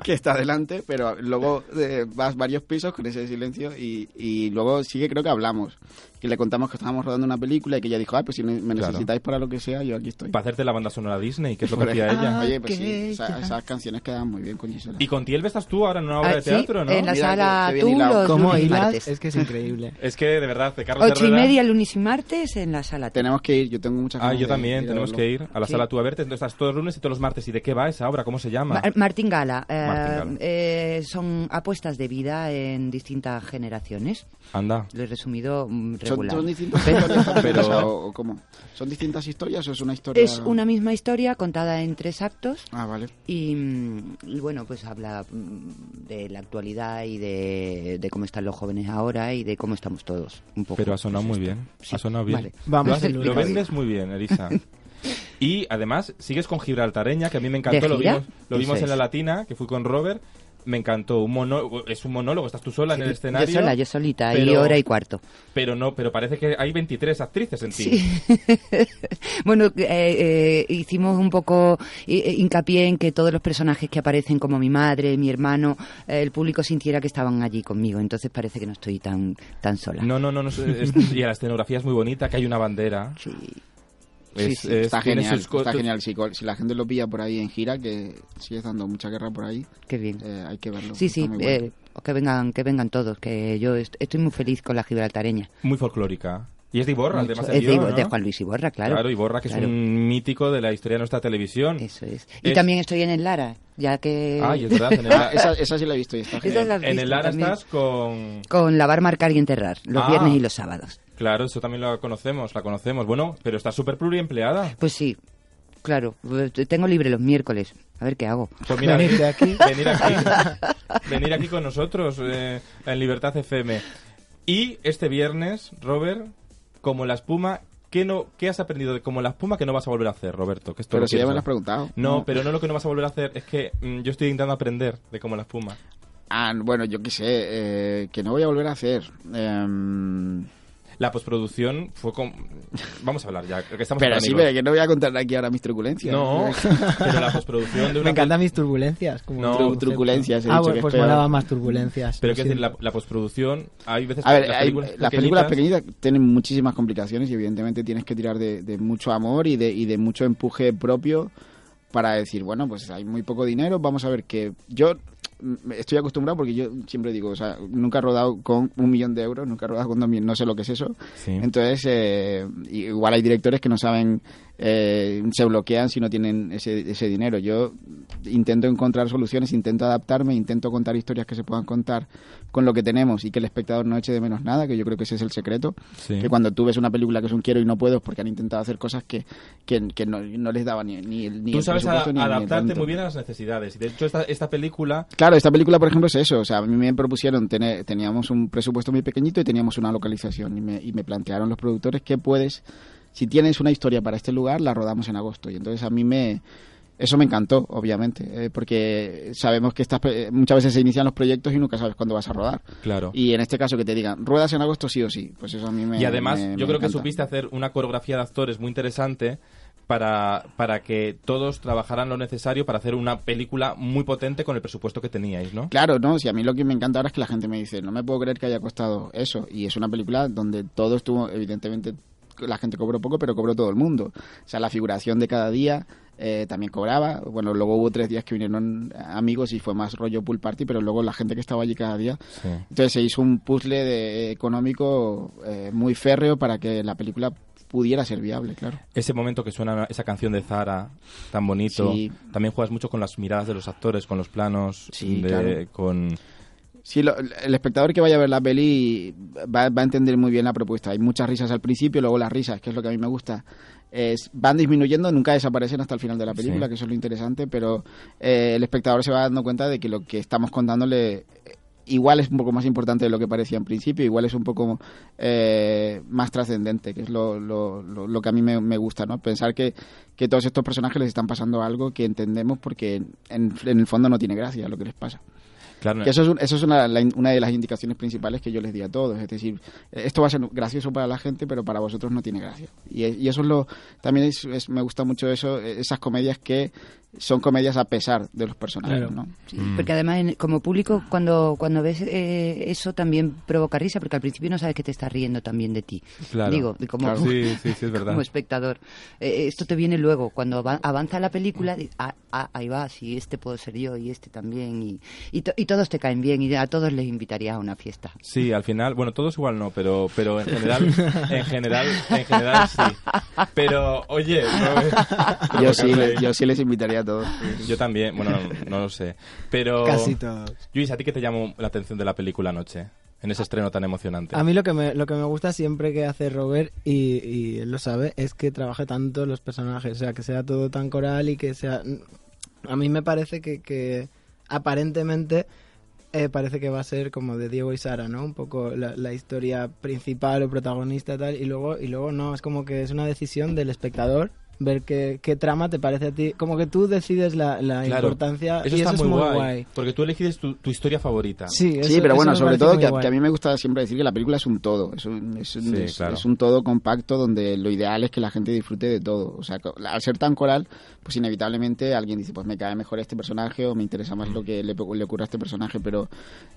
Speaker 4: que está delante, pero luego eh, vas varios pisos con ese silencio y, y luego sí que creo que hablamos. Que le contamos que estábamos rodando una película y que ella dijo, ah, pues si me
Speaker 2: Claro.
Speaker 4: necesitáis para lo que sea, yo aquí estoy.
Speaker 2: Para hacerte la banda sonora Disney, que es lo que
Speaker 4: Por
Speaker 2: hacía
Speaker 4: ejemplo.
Speaker 2: ella.
Speaker 4: Oye, pues sí,
Speaker 3: Ah,
Speaker 4: esa-
Speaker 3: que ya.
Speaker 4: esas canciones quedan muy bien con Gisela.
Speaker 2: Y con Tielbe estás tú ahora en una obra
Speaker 5: Ah,
Speaker 2: de
Speaker 5: sí,
Speaker 2: teatro, ¿no?
Speaker 5: En la
Speaker 4: Mira,
Speaker 5: sala
Speaker 4: qué bien
Speaker 5: tú
Speaker 4: hilado.
Speaker 5: los
Speaker 3: ¿Cómo
Speaker 5: lunes y
Speaker 3: hilas?
Speaker 5: martes.
Speaker 3: Es que es increíble.
Speaker 2: Es que de verdad, de Carlos
Speaker 5: Ocho y
Speaker 2: Herrera-
Speaker 5: media lunes y martes en la sala tú.
Speaker 4: Tenemos que ir, yo tengo muchas
Speaker 2: Ah,
Speaker 4: ganas
Speaker 2: yo
Speaker 4: de
Speaker 2: también,
Speaker 4: ir a
Speaker 2: tenemos
Speaker 4: verlo.
Speaker 2: que ir a la
Speaker 5: Sí.
Speaker 2: sala tú a verte. Entonces estás todos los lunes y todos los martes. ¿Y de qué va esa obra? ¿Cómo se llama?
Speaker 5: Ma- Martín Gala. eh,
Speaker 2: Martín Gala.
Speaker 5: eh, son apuestas de vida en distintas generaciones.
Speaker 2: Anda.
Speaker 5: Lo he resumido mm,
Speaker 4: ¿Son,
Speaker 5: regular.
Speaker 4: son distintas
Speaker 5: Pero-
Speaker 4: historias también,
Speaker 2: pero-
Speaker 4: o sea, o- o cómo? ¿Son distintas historias o es una historia...?
Speaker 5: es una misma historia contada en tres actos
Speaker 4: Ah, vale.
Speaker 5: y, mm, y bueno, pues habla mm, de la actualidad y de, de cómo están los jóvenes ahora y de cómo estamos todos. Un poco.
Speaker 2: Pero ha sonado
Speaker 5: Pues
Speaker 2: muy
Speaker 5: esto.
Speaker 2: bien.
Speaker 5: Sí,
Speaker 2: Ha sonado bien.
Speaker 5: vale.
Speaker 3: Vamos,
Speaker 2: lo, has-
Speaker 3: el
Speaker 2: lo
Speaker 3: lunes.
Speaker 2: vendes muy bien, Elisa. Y además, sigues con Gibraltareña, que a mí me encantó.
Speaker 5: ¿De
Speaker 2: Lo
Speaker 5: gira?
Speaker 2: vimos, lo
Speaker 5: Eso
Speaker 2: vimos en
Speaker 5: es.
Speaker 2: la Latina, que fui con Robert. Me encantó. Un monólogo, es un monólogo, estás tú sola en el escenario.
Speaker 5: Yo sola, yo solita, y
Speaker 2: pero-
Speaker 5: hora y cuarto.
Speaker 2: Pero no, pero parece que hay 23 actrices en ti.
Speaker 5: Bueno, eh, eh, hicimos un poco eh, hincapié en que todos los personajes que aparecen, como mi madre, mi hermano, eh, el público sintiera que estaban allí conmigo. Entonces parece que no estoy tan, tan sola.
Speaker 2: No, no, no, no, es- es- y la escenografía es muy bonita, que hay una bandera.
Speaker 5: Sí.
Speaker 4: Sí,
Speaker 2: Es-
Speaker 4: sí,
Speaker 2: es-
Speaker 4: está
Speaker 2: tiene
Speaker 4: genial,
Speaker 2: sus co-
Speaker 4: está genial. Si, col- si la gente lo pilla por ahí en gira, que sigue dando mucha guerra por ahí,
Speaker 5: Qué bien.
Speaker 4: eh, hay que verlo.
Speaker 5: Sí,
Speaker 4: está
Speaker 5: sí,
Speaker 4: muy bueno.
Speaker 5: eh, que vengan que vengan todos, que yo est- estoy muy feliz con la gibraltareña.
Speaker 2: Muy folclórica. Y es de Iborra,
Speaker 5: Mucho.
Speaker 2: además.
Speaker 5: es
Speaker 2: el
Speaker 5: de,
Speaker 2: guión,
Speaker 5: Ibo-
Speaker 2: ¿no?
Speaker 5: de Juan Luis Iborra, claro.
Speaker 2: Ah. Claro, Iborra, que
Speaker 5: Claro,
Speaker 2: es un mítico de la historia de nuestra televisión.
Speaker 5: Eso es. Y
Speaker 2: Es-
Speaker 5: también estoy en el Lara, ya que...
Speaker 2: Ay, es verdad, en el,
Speaker 4: Ah, esa, esa sí la he visto y está
Speaker 5: Esa
Speaker 4: genial.
Speaker 5: es la
Speaker 2: en el
Speaker 5: vista
Speaker 2: Lara
Speaker 5: también.
Speaker 2: estás con...
Speaker 5: Con lavar, marcar y enterrar, los
Speaker 2: Ah.
Speaker 5: viernes y los sábados.
Speaker 2: Claro, eso también lo conocemos, la conocemos. Bueno, pero está súper pluriempleada.
Speaker 5: Pues sí, claro, eh, tengo libre los miércoles. A ver qué hago.
Speaker 2: Pues mira,
Speaker 3: Venirte aquí.
Speaker 2: Venir aquí, venir aquí con nosotros eh, en Libertad FM. Y este viernes, Robert, como la espuma, ¿qué, no, ¿qué has aprendido de como la espuma que no vas a volver a hacer, Roberto? Que esto
Speaker 4: Pero
Speaker 2: lo
Speaker 4: si ya
Speaker 2: quieres
Speaker 4: me lo
Speaker 2: saber.
Speaker 4: has preguntado. Mm.
Speaker 2: No, pero no lo que no vas a volver a hacer, es que mm, yo estoy intentando aprender de como la espuma.
Speaker 4: Ah, bueno, yo qué sé, eh, que no voy a volver a hacer. Em,
Speaker 2: La postproducción fue con... Vamos a hablar ya, que estamos
Speaker 4: pero
Speaker 2: para
Speaker 4: sí,
Speaker 2: amigos.
Speaker 4: pero que no voy a contar aquí ahora mis truculencias.
Speaker 2: No, pero la postproducción de una...
Speaker 3: Me encantan mis turbulencias. Como
Speaker 2: No,
Speaker 3: concepto.
Speaker 4: turbulencias, he
Speaker 3: Ah,
Speaker 4: dicho
Speaker 3: bueno,
Speaker 4: que es
Speaker 3: pues
Speaker 4: peor.
Speaker 3: molaba más turbulencias.
Speaker 2: Pero
Speaker 3: lo
Speaker 2: quiero decir, la,
Speaker 3: siento.
Speaker 2: la postproducción, hay veces...
Speaker 4: A ver,
Speaker 2: las
Speaker 4: hay-
Speaker 2: películas
Speaker 4: las películas
Speaker 2: pequeñitas-
Speaker 4: pequeñitas tienen muchísimas complicaciones y evidentemente tienes que tirar de, de mucho amor y de, y de mucho empuje propio para decir, bueno, pues hay muy poco dinero, vamos a ver que yo mm, estoy acostumbrado porque yo siempre digo, o sea, nunca he rodado con un millón de euros, nunca he rodado con dos mil, no sé lo que es eso.
Speaker 2: Sí.
Speaker 4: Entonces, eh, igual hay directores que no saben, eh, se bloquean si no tienen ese, ese dinero. Yo intento encontrar soluciones, intento adaptarme, intento contar historias que se puedan contar con lo que tenemos y que el espectador no eche de menos nada, que yo creo que ese es el secreto.
Speaker 2: Sí.
Speaker 4: Que cuando tú ves una película que es un quiero y no puedo es porque han intentado hacer cosas que, que, que no, no les daba ni, ni, el- ni
Speaker 2: Tú
Speaker 4: el
Speaker 2: sabes
Speaker 4: presupuesto
Speaker 2: a-
Speaker 4: ni- ni el
Speaker 2: adaptarte
Speaker 4: talento.
Speaker 2: muy bien a las necesidades. Y de hecho, esta, esta película.
Speaker 4: Claro, esta película, por ejemplo, es eso. O sea, a mí me propusieron, tener, teníamos un presupuesto muy pequeñito y teníamos una localización. Y me, y me plantearon los productores que puedes, si tienes una historia para este lugar, la rodamos en agosto. Y entonces a mí me... Eso me encantó, obviamente, eh, porque sabemos que estas, pe- muchas veces se inician los proyectos y nunca sabes cuándo vas a rodar.
Speaker 2: Claro. Y,
Speaker 4: Y en este caso que te digan, ruedas en agosto sí o sí, pues eso a mí me
Speaker 2: además,
Speaker 4: me- me
Speaker 2: yo creo que
Speaker 4: encanta.
Speaker 2: supiste hacer una coreografía de actores muy interesante para, para que todos trabajaran lo necesario para hacer una película muy potente con el presupuesto que teníais, ¿no?
Speaker 4: Claro, no, si a mí lo que me encanta ahora es que la gente me dice, no me puedo creer que haya costado eso. Y es una película donde todo estuvo, evidentemente, la gente cobró poco, pero cobró todo el mundo. O sea, la figuración de cada día eh, también cobraba. Bueno, luego hubo tres días que vinieron amigos y fue más rollo pool party, pero luego la gente que estaba allí cada día. Entonces se hizo un puzzle de- económico eh, muy férreo para que la película pudiera ser viable, claro.
Speaker 2: Ese momento que suena esa canción de Zara, tan bonito.
Speaker 4: Sí.
Speaker 2: También juegas mucho con las miradas de los actores, con los planos.
Speaker 4: Sí,
Speaker 2: de-
Speaker 4: claro.
Speaker 2: con...
Speaker 4: Sí, lo- el espectador que vaya a ver la peli va, va a entender muy bien la propuesta. Hay muchas risas al principio, luego las risas, que es lo que a mí me gusta. Es, van disminuyendo, nunca desaparecen hasta el final de la película,
Speaker 2: Sí.
Speaker 4: que eso es lo interesante, pero eh, el espectador se va dando cuenta de que lo que estamos contándole eh, igual es un poco más importante de lo que parecía en principio, igual es un poco eh, más trascendente, que es lo, lo- lo- lo que a mí me, me gusta, ¿no? Pensar que, que todos estos personajes les están pasando algo que entendemos porque en- en el fondo no tiene gracia lo que les pasa.
Speaker 2: Claro,
Speaker 4: Que eso es, un- eso es una, la in- una de las indicaciones principales que yo les di a todos. Es decir, eh, esto va a ser gracioso para la gente, pero para vosotros no tiene gracia. Y, e- y eso es lo. También es- es- me gusta mucho eso, eh, esas comedias que son comedias a pesar de los personajes,
Speaker 3: Claro.
Speaker 4: ¿no?
Speaker 5: Sí,
Speaker 2: Mm.
Speaker 5: Porque además, en- como público, cuando, cuando ves eh, eso también provoca risa, porque al principio no sabes que te estás riendo también de ti.
Speaker 2: Claro.
Speaker 5: Digo, y como,
Speaker 4: Claro.
Speaker 2: Sí, sí, sí, es verdad.
Speaker 5: como espectador. Eh, esto te viene luego, cuando ava- avanza la película, di- ah, ah, ahí vas, y este puedo ser yo, y este también, y, y, to- y todos te caen bien, y a todos les invitarías a una fiesta.
Speaker 2: Sí, al final, bueno, todos igual no, pero, pero en general, en general, en general sí. Pero, oye, no-
Speaker 4: Yo sí, le- yo sí les invitaría a todos.
Speaker 2: Yo también, bueno, no, no lo sé. Pero,
Speaker 3: Casi todos.
Speaker 2: Luis, ¿a ti qué te llamó la atención de la película anoche? En ese estreno tan emocionante.
Speaker 3: A mí lo que me, lo que me gusta siempre que hace Robert, y, y él lo sabe, es que trabaje tanto los personajes, o sea, que sea todo tan coral y que sea... A mí me parece que, que aparentemente eh, parece que va a ser como de Diego y Sara, ¿no? Un poco la, la historia principal o protagonista tal, y luego, y luego no, es como que es una decisión del espectador ver qué, qué trama te parece a ti, como que tú decides la, la
Speaker 2: Claro.
Speaker 3: importancia
Speaker 2: Eso
Speaker 3: y
Speaker 2: está
Speaker 3: eso
Speaker 2: muy,
Speaker 3: es muy
Speaker 2: guay,
Speaker 3: guay.
Speaker 2: Porque tú eliges tu, tu historia favorita.
Speaker 3: Sí,
Speaker 4: Sí,
Speaker 3: eso-
Speaker 4: pero bueno,
Speaker 3: eso me parece
Speaker 4: sobre todo
Speaker 3: muy
Speaker 4: que, a-
Speaker 3: guay.
Speaker 4: que a mí me gusta siempre decir que la película es un todo, es un, es un-
Speaker 2: Sí,
Speaker 4: es-
Speaker 2: claro.
Speaker 4: es un todo compacto donde lo ideal es que la gente disfrute de todo. O sea, co- al ser tan coral, pues inevitablemente alguien dice, pues me cae mejor este personaje o me interesa más lo que le, le ocurra a este personaje, pero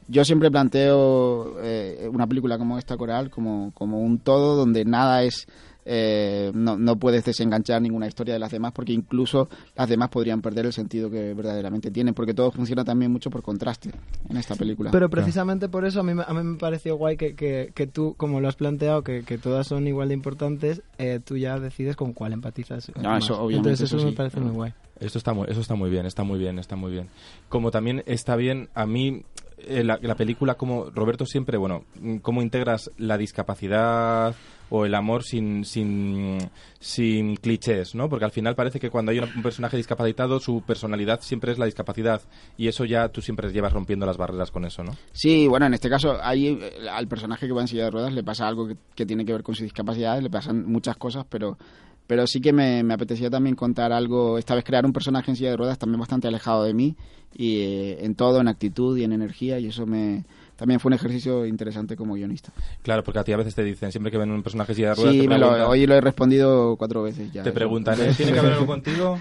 Speaker 4: yo siempre planteo eh, una película como esta coral como, como un todo donde nada es eh, no, no puedes desenganchar ninguna historia de las demás porque incluso las demás podrían perder el sentido que verdaderamente tienen porque todo funciona también mucho por contraste en esta película.
Speaker 3: Pero precisamente por eso a mí, me- a mí me pareció guay que, que- que tú, como lo has planteado, que, que todas son igual de importantes, eh, tú ya decides con cuál empatizas. eh,
Speaker 4: No,
Speaker 3: más.
Speaker 4: Ah, eso obviamente,
Speaker 3: Entonces eso,
Speaker 4: eso sí,
Speaker 3: me parece
Speaker 4: claro.
Speaker 3: muy guay.
Speaker 2: Esto está muy, eso está muy bien, está muy bien, está muy bien. Como también está bien, a mí, eh, la, la película, como Roberto siempre, bueno, mm, cómo integras la discapacidad o el amor sin, sin, sin clichés, ¿no? Porque al final parece que cuando hay una- un personaje discapacitado, su personalidad siempre es la discapacidad. Y eso ya tú siempre llevas rompiendo las barreras con eso, ¿no?
Speaker 4: Sí, bueno, en este caso ahí, eh, al personaje que va en silla de ruedas le pasa algo que, que tiene que ver con su discapacidad, le pasan muchas cosas, pero, pero sí que me, me apetecía también contar algo, esta vez crear un personaje en silla de ruedas también bastante alejado de mí, y eh, en todo, en actitud y en energía, y eso me también fue un ejercicio interesante como guionista.
Speaker 2: Claro, porque a ti a veces te dicen, siempre que ven un personaje en silla de ruedas,
Speaker 4: Sí,
Speaker 2: te
Speaker 4: me lo-
Speaker 2: preguntan,
Speaker 4: hoy lo he respondido cuatro veces ya.
Speaker 2: te
Speaker 4: eso.
Speaker 2: preguntan, ¿eh? ¿tiene que haber algo contigo?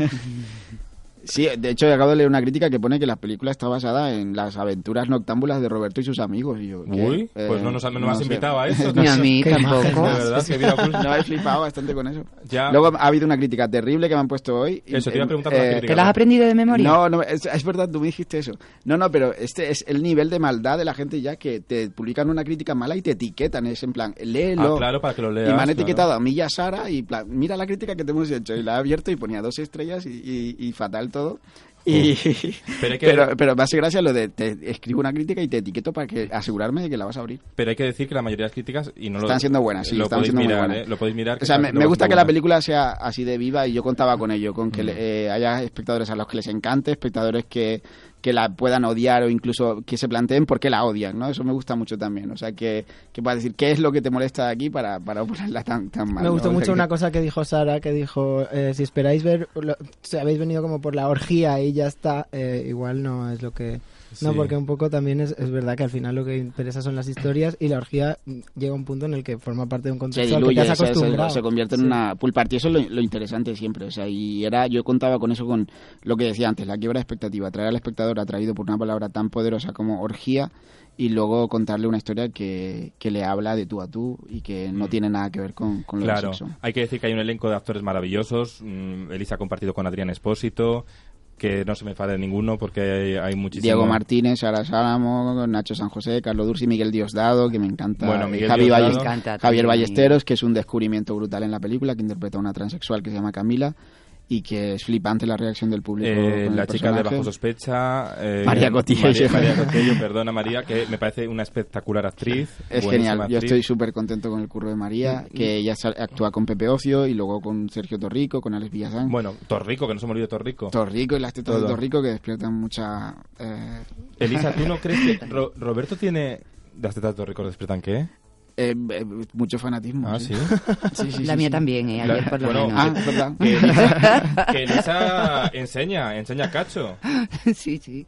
Speaker 4: Sí, de hecho acabo de leer una crítica que pone que la película está basada en las aventuras noctámbulas de Roberto y sus amigos. Y yo, ¿qué?
Speaker 2: Uy,
Speaker 4: Eh,
Speaker 2: pues no, nos, no me has
Speaker 4: sé.
Speaker 2: invitado a eso.
Speaker 5: Ni a mí tampoco.
Speaker 2: De verdad, que mira, pues,
Speaker 4: No, he flipado bastante con eso.
Speaker 2: Ya.
Speaker 4: Luego ha habido una crítica terrible que me han puesto hoy.
Speaker 2: Ah.
Speaker 4: eh,
Speaker 2: Eso, te iba a preguntar por la crítica.
Speaker 5: ¿Te la has aprendido de memoria?
Speaker 4: No, no, es, es verdad, tú me dijiste eso. No, no, pero este es el nivel de maldad de la gente ya que te publican una crítica mala y te etiquetan. Es en plan, léelo.
Speaker 2: Ah, claro, para que lo leas,
Speaker 4: Y me han
Speaker 2: claro.
Speaker 4: etiquetado a mí y a Sara y plan, mira la crítica que te hemos hecho. Y la he abierto y ponía dos estrellas y, y- y fatal todo. Y,
Speaker 2: Pero hay que-
Speaker 4: pero, pero me hace gracia lo de te escribo una crítica y te etiqueto para que asegurarme de que la vas a abrir.
Speaker 2: Pero hay que decir que la mayoría de las críticas y no lo-
Speaker 4: Están siendo buenas, sí,
Speaker 2: lo
Speaker 4: están
Speaker 2: podéis
Speaker 4: siendo muy
Speaker 2: mirar,
Speaker 4: buenas.
Speaker 2: ¿eh? Lo podéis mirar.
Speaker 4: O sea,
Speaker 2: están-
Speaker 4: me,
Speaker 2: luego
Speaker 4: me gusta
Speaker 2: están
Speaker 4: que la
Speaker 2: buenas.
Speaker 4: película sea así de viva y yo contaba con ello, con
Speaker 2: Mm.
Speaker 4: que le- eh, haya espectadores a los que les encante, espectadores que, que la puedan odiar o incluso que se planteen por qué la odian, ¿no? Eso me gusta mucho también. O sea, que, que puedas decir qué es lo que te molesta de aquí para, para ponerla tan, tan mal.
Speaker 3: me
Speaker 4: ¿no?
Speaker 3: gustó
Speaker 4: O sea,
Speaker 3: mucho
Speaker 4: que-
Speaker 3: una cosa que dijo Sara, que dijo, eh, si esperáis ver, lo- si habéis venido como por la orgía y ya está, eh, igual no es lo que... No,
Speaker 2: Sí.
Speaker 3: porque un poco también es, es verdad que al final lo que interesa son las historias y la orgía mm, llega a un punto en el que forma parte de un
Speaker 4: se
Speaker 3: contexto al que
Speaker 4: diluye,
Speaker 3: te has
Speaker 4: se- se-
Speaker 3: acostumbrado.
Speaker 4: se, convierte en
Speaker 3: Sí.
Speaker 4: una pool party. Eso es lo, lo interesante siempre. O sea, y era, yo contaba con eso, con lo que decía antes, la quiebra de expectativa, traer al espectador atraído por una palabra tan poderosa como orgía y luego contarle una historia que, que le habla de tú a tú y que no tiene nada que ver con, con lo del
Speaker 2: Claro,
Speaker 4: sexo.
Speaker 2: hay que decir que hay un elenco de actores maravillosos. mm, Elisa ha compartido con Adrián Espósito, que no se me enfade ninguno porque hay, hay muchísimo.
Speaker 4: Diego Martínez, Sara Sálamo, Nacho San José, Carlos Dursi, Miguel Diosdado, que me encanta. eh,
Speaker 2: Bueno, Miguel
Speaker 4: Javi
Speaker 2: Diosdado.
Speaker 4: Ballest-
Speaker 2: Me
Speaker 5: encanta
Speaker 4: Javier
Speaker 5: también.
Speaker 4: Ballesteros, que es un descubrimiento brutal en la película, que interpreta a una transexual que se llama Camila y que es flipante la reacción del público.
Speaker 2: eh,
Speaker 4: con el
Speaker 2: la chica de
Speaker 4: personaje.
Speaker 2: Bajo Sospecha. eh,
Speaker 4: María Cotillo.
Speaker 2: María, María Cotillo, perdona María, que me parece una espectacular actriz.
Speaker 4: Es
Speaker 2: buenísima
Speaker 4: genial, yo
Speaker 2: actriz. Mm,
Speaker 4: estoy súper contento con el curro de María, que ella sa- actúa con Pepe Ocio y luego con Sergio Torrico, con Alex Villasán.
Speaker 2: Bueno, Torrico, que no se me olvide Torrico.
Speaker 4: Torrico y las tetas
Speaker 2: Todo.
Speaker 4: de Torrico que despiertan mucha... eh,
Speaker 2: Elisa, ¿tú no crees que Ro- Roberto tiene. ¿Las tetas de Torrico despiertan qué?
Speaker 4: eh, eh, mucho fanatismo.
Speaker 2: Ah, sí.
Speaker 4: Sí, sí,
Speaker 5: La
Speaker 4: sí,
Speaker 5: mía
Speaker 4: sí.
Speaker 5: también, ¿eh?
Speaker 2: La-
Speaker 5: Mm. Ayer por lo
Speaker 2: bueno,
Speaker 5: menos.
Speaker 4: Ah, verdad.
Speaker 2: Que Elisa, que Elisa enseña, enseña cacho.
Speaker 5: sí, sí.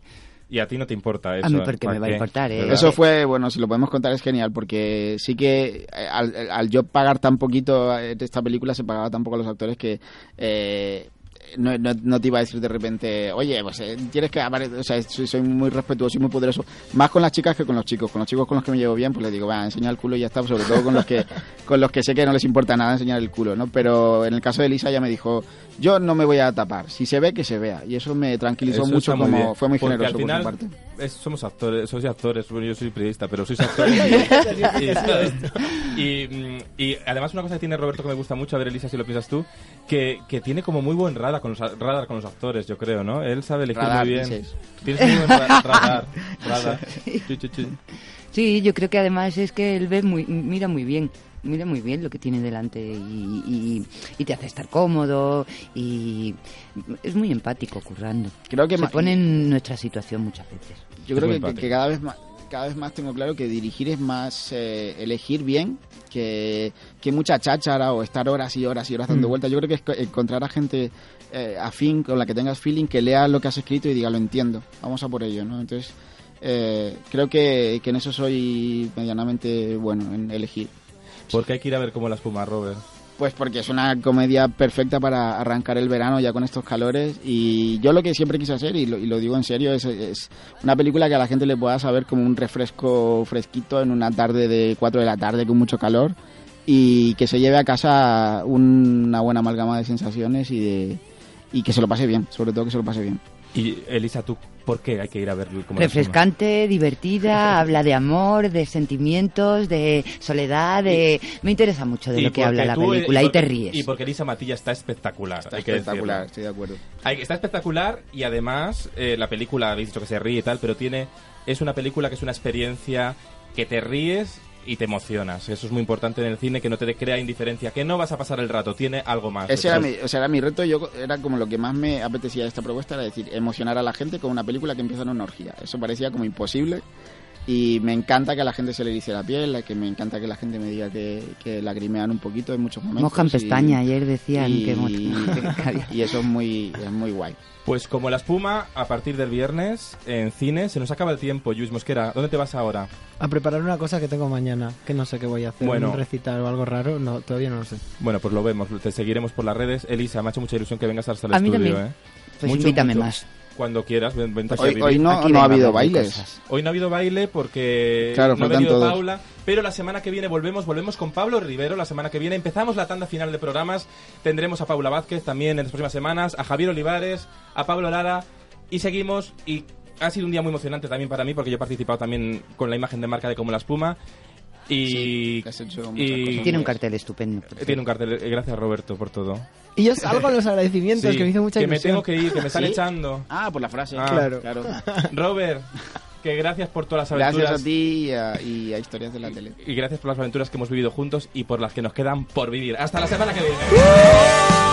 Speaker 2: Y a ti no te importa eso.
Speaker 5: A mí por qué me
Speaker 2: ¿para
Speaker 5: va a
Speaker 2: qué?
Speaker 5: importar, ¿eh?
Speaker 2: ¿Verdad?
Speaker 4: Eso fue, bueno, si lo podemos contar es genial, porque sí que eh, al, al yo pagar tan poquito eh, de esta película, se pagaba tan poco a los actores que eh, no, no- no te iba a decir de repente, oye, pues eh, tienes que apare- o sea, soy, soy muy respetuoso y muy poderoso, más con las chicas que con los chicos. Con los chicos con los que me llevo bien, pues les digo, va, enseña el culo y ya está, sobre todo con los que con los que sé que no les importa nada enseñar el culo, ¿no? Pero en el caso de Elisa ya me dijo, yo no me voy a tapar, si se ve que se vea, y eso me tranquilizó
Speaker 2: Eso
Speaker 4: mucho,
Speaker 2: está
Speaker 4: como
Speaker 2: bien.
Speaker 4: fue muy
Speaker 2: Porque
Speaker 4: generoso
Speaker 2: al final,
Speaker 4: por su parte.
Speaker 2: es- somos actores, sois actores, bueno, yo soy periodista, pero sois actores. y, y- y, mm, y además una cosa que tiene Roberto que me gusta mucho, a ver Elisa si lo piensas tú, que, que tiene como muy buen radar con los, a- radar con los actores, yo creo, ¿no? Él sabe elegir
Speaker 4: Radar,
Speaker 2: muy bien.
Speaker 4: dices.
Speaker 2: Tienes muy buen ra- radar, radar. Chu, chu, chu.
Speaker 5: Sí, yo creo que además es que él ve muy, mira muy bien, mira muy bien lo que tiene delante y, y- y te hace estar cómodo y es muy empático currando.
Speaker 4: Creo que
Speaker 5: se
Speaker 4: ma-
Speaker 5: pone en nuestra situación muchas veces.
Speaker 4: Yo
Speaker 2: Es
Speaker 4: creo
Speaker 2: muy
Speaker 4: que- que,
Speaker 2: empático.
Speaker 4: que cada vez más cada vez más tengo claro que dirigir es más eh, elegir bien que, que mucha cháchara o estar horas y horas y horas
Speaker 2: Mm.
Speaker 4: dando vueltas. Yo creo que es co- encontrar a gente eh, afín con la que tengas feeling, que lea lo que has escrito y diga lo entiendo, vamos a por ello, ¿no? Entonces eh, creo que, que en eso soy medianamente bueno en elegir.
Speaker 2: ¿Por qué hay que ir a ver cómo la espuma, Robert?
Speaker 4: Pues porque es una comedia perfecta para arrancar el verano ya con estos calores y yo lo que siempre quise hacer, y lo, y lo digo en serio, es, es una película que a la gente le pueda saber como un refresco fresquito en una tarde de 4 de la tarde con mucho calor y que se lleve a casa una buena amalgama de sensaciones y de y que se lo pase bien, sobre todo que se lo pase bien.
Speaker 2: Y Elisa, ¿tú por qué hay que ir a verlo? como
Speaker 5: Refrescante, divertida, habla de amor, de sentimientos, de soledad, de... Me interesa mucho de lo que habla la
Speaker 4: eh,
Speaker 5: película y, te ríes.
Speaker 2: Y porque Elisa Matilla está espectacular.
Speaker 4: Está
Speaker 2: hay que
Speaker 4: espectacular,
Speaker 2: decirlo.
Speaker 4: estoy de acuerdo.
Speaker 2: Hay- está espectacular y además eh, la película, habéis dicho que se ríe y tal, pero tiene es una película que es una experiencia que te ríes y te emocionas. Eso es muy importante en el cine, que no te crea indiferencia, que no vas a pasar el rato, tiene algo más.
Speaker 4: Ese era
Speaker 2: Entonces,
Speaker 4: mi, o sea, era mi reto, yo era como lo que más me apetecía de esta propuesta, era decir, emocionar a la gente con una película que empieza en una orgía. Eso parecía como imposible y me encanta que a la gente se le dice la piel, que me encanta que la gente me diga que, que lagrimean un poquito en muchos momentos.
Speaker 5: Mojan
Speaker 4: y-
Speaker 5: pestaña, ayer decían
Speaker 4: y,
Speaker 5: que... mo-
Speaker 4: y eso es muy, es muy guay.
Speaker 2: Pues como la espuma, a partir del viernes en cine, se nos acaba el tiempo, Luis Mosquera. ¿Dónde te vas ahora?
Speaker 10: A preparar una cosa que tengo mañana, que no sé qué voy a hacer.
Speaker 2: Bueno.
Speaker 10: ¿Un recital o algo raro? No, todavía no lo sé.
Speaker 2: Bueno, pues lo vemos, te seguiremos por las redes. Elisa, me ha hecho mucha ilusión que vengas hasta el
Speaker 5: A mí
Speaker 2: estudio,
Speaker 5: también.
Speaker 2: ¿eh?
Speaker 5: Pues invítame más.
Speaker 2: Cuando quieras, ven, vente aquí a
Speaker 4: Hoy,
Speaker 2: vivir.
Speaker 4: hoy no,
Speaker 5: Aquí
Speaker 4: no ha
Speaker 5: vengo a
Speaker 4: habido
Speaker 5: hablar de
Speaker 4: bailes.
Speaker 5: cosas.
Speaker 2: Hoy no ha habido baile porque no
Speaker 4: Claro,
Speaker 2: ha
Speaker 4: faltan
Speaker 2: venido
Speaker 4: todos.
Speaker 2: Paula, pero la semana que viene volvemos, volvemos con Pablo Rivero la semana que viene. Empezamos la tanda final de programas. Tendremos a Paula Vázquez también en las próximas semanas, a Javier Olivares, a Pablo Lara y seguimos y ha sido un día muy emocionante también para mí porque yo he participado también con la imagen de marca de Como la Espuma y,
Speaker 4: Sí, has hecho muchas
Speaker 2: y-
Speaker 4: cosas.
Speaker 5: Tiene un cartel estupendo. por
Speaker 2: Tiene un cartel. Eh, Gracias Roberto por todo.
Speaker 10: Y yo salgo en los agradecimientos,
Speaker 2: Sí,
Speaker 10: que me hizo mucha
Speaker 2: que me
Speaker 10: ilusión.
Speaker 2: tengo que ir, que me están
Speaker 4: ¿Sí?
Speaker 2: echando.
Speaker 4: Ah, por la frase.
Speaker 2: Ah,
Speaker 10: claro.
Speaker 2: Robert, que gracias por todas las aventuras.
Speaker 4: Gracias a ti y a, y a Historias de la Tele.
Speaker 2: Y gracias por las aventuras que hemos vivido juntos y por las que nos quedan por vivir. Hasta la semana que viene.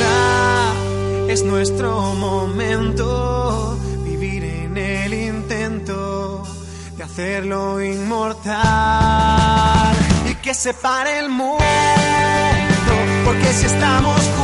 Speaker 9: Ahora es nuestro momento, vivir en el intento de hacerlo inmortal y que se pare el mundo, porque si estamos juntos.